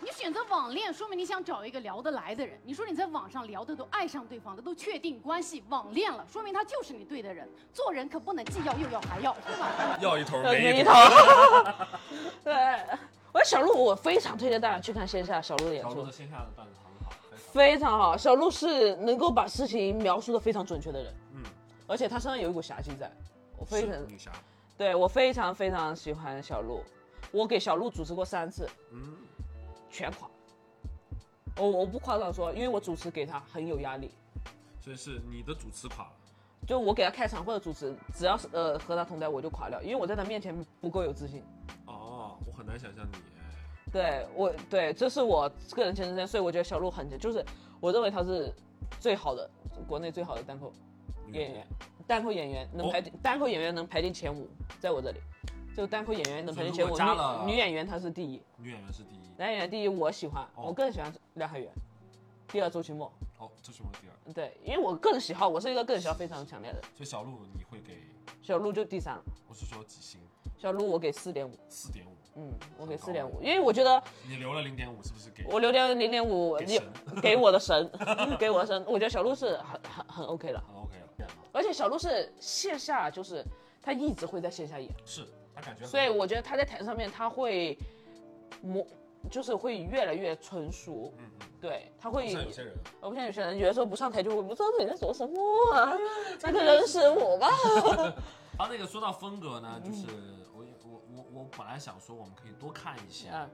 [SPEAKER 9] 你选择网恋，说明你想找一个聊得来的人。你说你在网上聊的都爱上对方了，都确定关系，网恋了，说明他就是你对的人。做人可不能既要又要还要，对吧？
[SPEAKER 2] 要一头没
[SPEAKER 3] 没
[SPEAKER 2] 一
[SPEAKER 3] 头
[SPEAKER 2] 头。。
[SPEAKER 3] 对， 我小鹿，我非常推荐大家去看线下小鹿的演
[SPEAKER 2] 小鹿
[SPEAKER 3] 出
[SPEAKER 2] 的，线下的段子很好，非常
[SPEAKER 3] 非常好。小鹿是能够把事情描述的非常准确的人，
[SPEAKER 2] 嗯，
[SPEAKER 3] 而且他身上有一股侠气在，我非常
[SPEAKER 2] 是女侠，
[SPEAKER 3] 对我非常非常喜欢小鹿，我给小鹿主持过三次，
[SPEAKER 2] 嗯，
[SPEAKER 3] 全垮。我我不夸张说，因为我主持给他很有压力，
[SPEAKER 2] 所以是你的主持垮了。
[SPEAKER 3] 就我给他开场或者主持，只要是呃和他同台我就垮掉，因为我在他面前不够有自信。
[SPEAKER 2] 哦，我很难想象你，哎
[SPEAKER 3] 对我对，这是我个人前车之鉴，所以我觉得小鹿很强，就是我认为他是最好的国内最好的单口
[SPEAKER 2] 女
[SPEAKER 3] 演员，单口演员能
[SPEAKER 2] 哦
[SPEAKER 3] 排进、单口演员能排进前五，在我这里，就单口演员能排进前
[SPEAKER 2] 就
[SPEAKER 3] 五，
[SPEAKER 2] 如果加了
[SPEAKER 3] 女女演员她是第一，
[SPEAKER 2] 女演员是第一。
[SPEAKER 3] 男演员第一我喜欢，
[SPEAKER 2] 哦
[SPEAKER 3] 我更喜欢梁海源，第二周奇墨，
[SPEAKER 2] 哦，这是我的第二。
[SPEAKER 3] 对，因为我个人喜好，我是一个个人喜好非常强烈的，
[SPEAKER 2] 所以小鹿你会给，
[SPEAKER 3] 小鹿就第三了，
[SPEAKER 2] 我是说几星？
[SPEAKER 3] 小鹿我给四点五，
[SPEAKER 2] 四点五。
[SPEAKER 3] 嗯，我给
[SPEAKER 2] 很高啊
[SPEAKER 3] 四点五，
[SPEAKER 2] 了
[SPEAKER 3] 因为我觉得。
[SPEAKER 2] 你留了零点五，是不是给？
[SPEAKER 3] 我留点零点五，
[SPEAKER 2] 给
[SPEAKER 3] 你
[SPEAKER 2] 神
[SPEAKER 3] 给我 的神，嗯给我的神，我觉得小鹿是很很很 OK 的，
[SPEAKER 2] 很 OK 了。
[SPEAKER 3] 而且小鹿是线下就是他一直会在线下演，
[SPEAKER 2] 是他感觉很，
[SPEAKER 3] 所以我觉得他在台上面他会磨，就是会越来越纯熟，
[SPEAKER 2] 嗯嗯，
[SPEAKER 3] 对，他会
[SPEAKER 2] 不。像有些人，
[SPEAKER 3] 我不像有些人觉得说不上台就会不知道自己在说什么啊， 那个人是我吧？
[SPEAKER 2] 他那个说到风格呢，就是
[SPEAKER 3] 嗯
[SPEAKER 2] 我我我我本来想说我们可以多看一些。
[SPEAKER 3] 嗯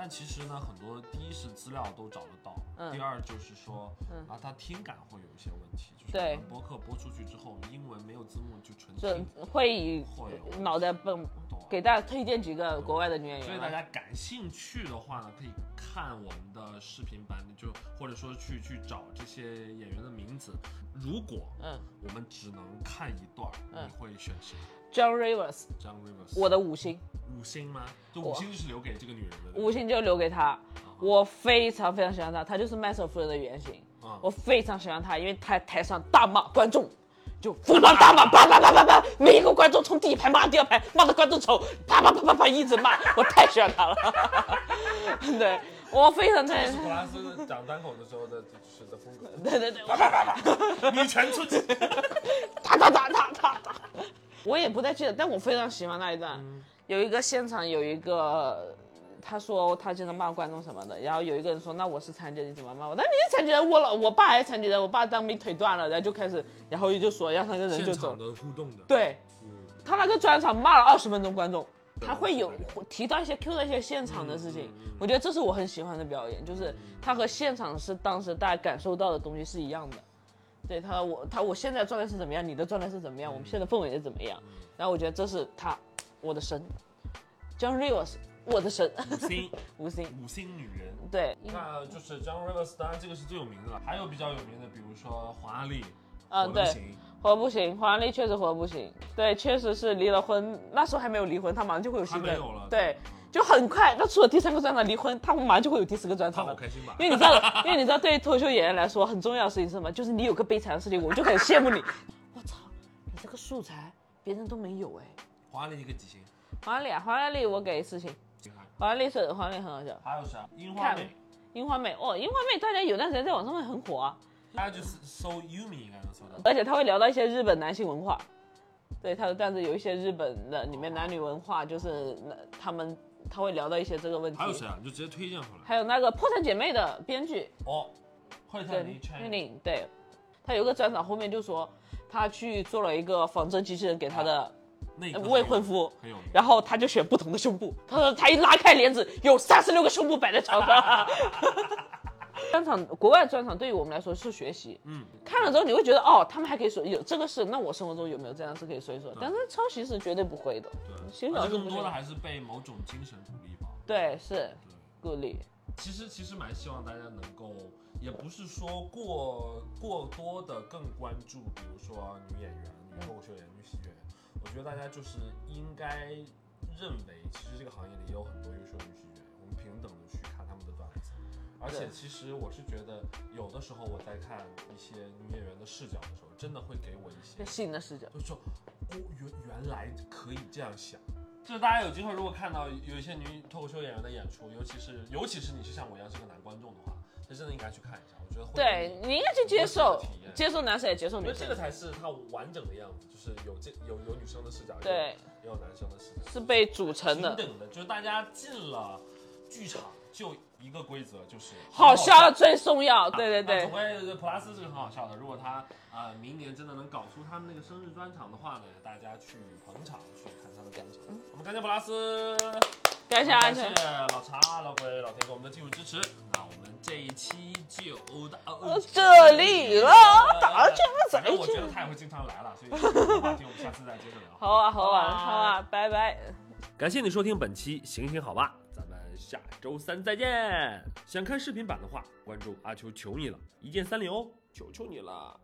[SPEAKER 2] 但其实呢，很多第一是资料都找得到，
[SPEAKER 3] 嗯
[SPEAKER 2] 第二就是说，
[SPEAKER 3] 嗯
[SPEAKER 2] 然后它听感会有一些问题，就是
[SPEAKER 3] 对
[SPEAKER 2] 我们播客播出去之后，英文没有字幕就纯
[SPEAKER 3] 就
[SPEAKER 2] 听，
[SPEAKER 3] 会以
[SPEAKER 2] 会有
[SPEAKER 3] 脑袋蹦，
[SPEAKER 2] 懂啊
[SPEAKER 3] 给大家推荐几个国外的女演
[SPEAKER 2] 所
[SPEAKER 3] 员
[SPEAKER 2] 以大
[SPEAKER 3] 吧。
[SPEAKER 2] 家感兴趣的话呢，可以看我们的视频版，就或者说去去找这些演员的名字。如果
[SPEAKER 3] 嗯
[SPEAKER 2] 我们只能看一段儿，
[SPEAKER 3] 嗯
[SPEAKER 2] 你会选谁
[SPEAKER 3] ，John Rivers，
[SPEAKER 2] ？John Rivers，
[SPEAKER 3] 我的五星，
[SPEAKER 2] 五星吗？就
[SPEAKER 3] 我
[SPEAKER 2] 五星就是留给这个女人的。
[SPEAKER 3] 五星就留给他。我非常非常喜欢他，他就是麦瑟夫人的原型。
[SPEAKER 2] 啊，
[SPEAKER 3] 我非常喜欢他，因为他台上大骂观众，就疯狂大骂，叭叭叭叭叭，每一个观众从第一排骂到第二排，骂的观众丑，叭叭叭叭叭一直 骂，我太喜欢他了。对，我非常
[SPEAKER 2] 这
[SPEAKER 3] 在
[SPEAKER 2] 是普拉斯讲单口的时候的就是的风格，
[SPEAKER 3] 对对对，啪啪啪啪，
[SPEAKER 2] 女权出 击。
[SPEAKER 3] 哒哒哒哒哒哒。我也不太记得，但我非常喜欢那一段。有一个现场有一个，他说他经常骂观众什么的，然后有一个人说：“那我是残疾人，你怎么骂我？”那你是残疾人，我老我爸还是残疾人，我爸当兵腿断了，然后就开始，然后就说，然后那个人就
[SPEAKER 2] 现
[SPEAKER 3] 走
[SPEAKER 2] 场
[SPEAKER 3] 了。
[SPEAKER 2] 的互动的，，
[SPEAKER 3] 对，
[SPEAKER 2] 嗯，
[SPEAKER 3] 他那个专场骂了二十分钟观众，他会有
[SPEAKER 2] 对对嗯
[SPEAKER 3] 提到一些 Q 到一些现场的事情，我觉得这是我很喜欢的表演，就是他和现场是当时大家感受到的东西是一样的。对他，我他我现在状态是怎么样，你的状态是怎么
[SPEAKER 2] 嗯
[SPEAKER 3] 样，我们现在氛围是怎么样，然后我觉得这是他，我的神，John Rivers，我的神，
[SPEAKER 2] 五星，
[SPEAKER 3] 吴昕，
[SPEAKER 2] 五星女人。
[SPEAKER 3] 对，
[SPEAKER 2] 那就是 John Rivers，当然这个是最有名的了，还有比较有名的，比如说黄阿丽，
[SPEAKER 3] 嗯
[SPEAKER 2] 我能
[SPEAKER 3] 对
[SPEAKER 2] 行
[SPEAKER 3] 活不行，黄丽确实活不行，对，确实是离了婚，那时候还没有离婚，他马上就会有新的
[SPEAKER 2] 还没有了，嗯
[SPEAKER 3] 对，就很快，他出了第三个专场离婚，他马上就会有第四个专场了，
[SPEAKER 2] 好开心吧
[SPEAKER 3] 因为你知道， 因为你知道，对于脱口秀演员来说，很重要的事情是什么？就是你有个悲惨的事情，我就很羡慕你。我操，你这个素材别人都没有哎。
[SPEAKER 2] 华丽一个几星？
[SPEAKER 3] 黄磊，啊，黄磊我给四星。黄磊是黄磊很好笑。
[SPEAKER 2] 还有啥？樱花
[SPEAKER 3] 看
[SPEAKER 2] 妹，
[SPEAKER 3] 樱花妹哦，樱花妹大家有段时间在网上会很火啊，
[SPEAKER 2] 大家就是搜 Yumi 应该能搜到。
[SPEAKER 3] 而且他会聊到一些日本男性文化，对他的段子有一些日本的里面男女文化，就是那他们他会聊到一些这个问题。
[SPEAKER 2] 还有谁啊？你就直接推荐好了。
[SPEAKER 3] 还有那个《破产姐妹》的编剧
[SPEAKER 2] 哦，坏
[SPEAKER 3] 对
[SPEAKER 2] 蛋林
[SPEAKER 3] 那
[SPEAKER 2] China，
[SPEAKER 3] 领对，他有一个专场后面就说他去做了一个仿真机器人给他
[SPEAKER 2] 啊
[SPEAKER 3] 的
[SPEAKER 2] 那
[SPEAKER 3] 呃
[SPEAKER 2] 个
[SPEAKER 3] 未婚夫，
[SPEAKER 2] 很有名。
[SPEAKER 3] 然后他就选不同的胸部，他说他一拉开帘子，有三十六个胸部摆在床上。 专场国外专场对于我们来说是学习，
[SPEAKER 2] 嗯，
[SPEAKER 3] 看了之后你会觉得哦，他们还可以说有这个是，那我生活中有没有这样是可以说一
[SPEAKER 2] 嗯
[SPEAKER 3] 说，但是抄袭是绝对不会的，
[SPEAKER 2] 对，
[SPEAKER 3] 寻
[SPEAKER 2] 而
[SPEAKER 3] 找
[SPEAKER 2] 且
[SPEAKER 3] 是
[SPEAKER 2] 更
[SPEAKER 3] 不
[SPEAKER 2] 多
[SPEAKER 3] 是
[SPEAKER 2] 的还是被某种精神鼓励吧。
[SPEAKER 3] 对是鼓励，
[SPEAKER 2] 其实其实蛮希望大家能够，也不是说过过多的更关注，比如说女演员、女脱口秀演员、女喜剧演员。我觉得大家就是应该认为，其实这个行业里也有很多优秀的女喜剧演员，我们平等的去看他们的段子。而且
[SPEAKER 3] 对
[SPEAKER 2] 其实我是觉得，有的时候我在看一些女演员的视角的时候，真的会给我一些
[SPEAKER 3] 这是你的视角，
[SPEAKER 2] 就说哦，原原来可以这样想。就是大家有机会，如果看到有一些女脱口秀演员的演出，尤其是尤其是你是像我一样是个男观众的话，那真的应该去看一下。我觉得会
[SPEAKER 3] 对你应该去接受
[SPEAKER 2] 我是这个体，验
[SPEAKER 3] 接受男生也接受
[SPEAKER 2] 我
[SPEAKER 3] 女
[SPEAKER 2] 觉得
[SPEAKER 3] 生
[SPEAKER 2] 这，个才是它完整的样子，就是有这有有女生的视角，
[SPEAKER 3] 对
[SPEAKER 2] 也有，也有男生的视角，
[SPEAKER 3] 是被组成
[SPEAKER 2] 平
[SPEAKER 3] 的。
[SPEAKER 2] 等的。就是大家进了剧场就一个规则，就是
[SPEAKER 3] 好
[SPEAKER 2] 笑
[SPEAKER 3] 笑最重要， 对对
[SPEAKER 2] 那
[SPEAKER 3] 对
[SPEAKER 2] 总，归普拉斯是个很好笑的。如果他呃明年真的能搞出他们那个生日专场的话呢，大家去捧场去看他的专场。我们感谢普拉斯，
[SPEAKER 3] 嗯感谢安
[SPEAKER 2] 感谢
[SPEAKER 3] 全。
[SPEAKER 2] 老茶、老鬼、老天给我们的技术支持。那我们这一期就到呃
[SPEAKER 3] 到哦这里了大家再见
[SPEAKER 2] 反正我觉得他也会经常来了，所以这个话题我们下次再接着聊。
[SPEAKER 3] 好啊，好啊，好啊，拜拜。
[SPEAKER 2] 感谢你收听本期《行行好吧》，咱们下周三再见。想看视频版的话，关注阿秋求你了，一键三连哦，求求你了。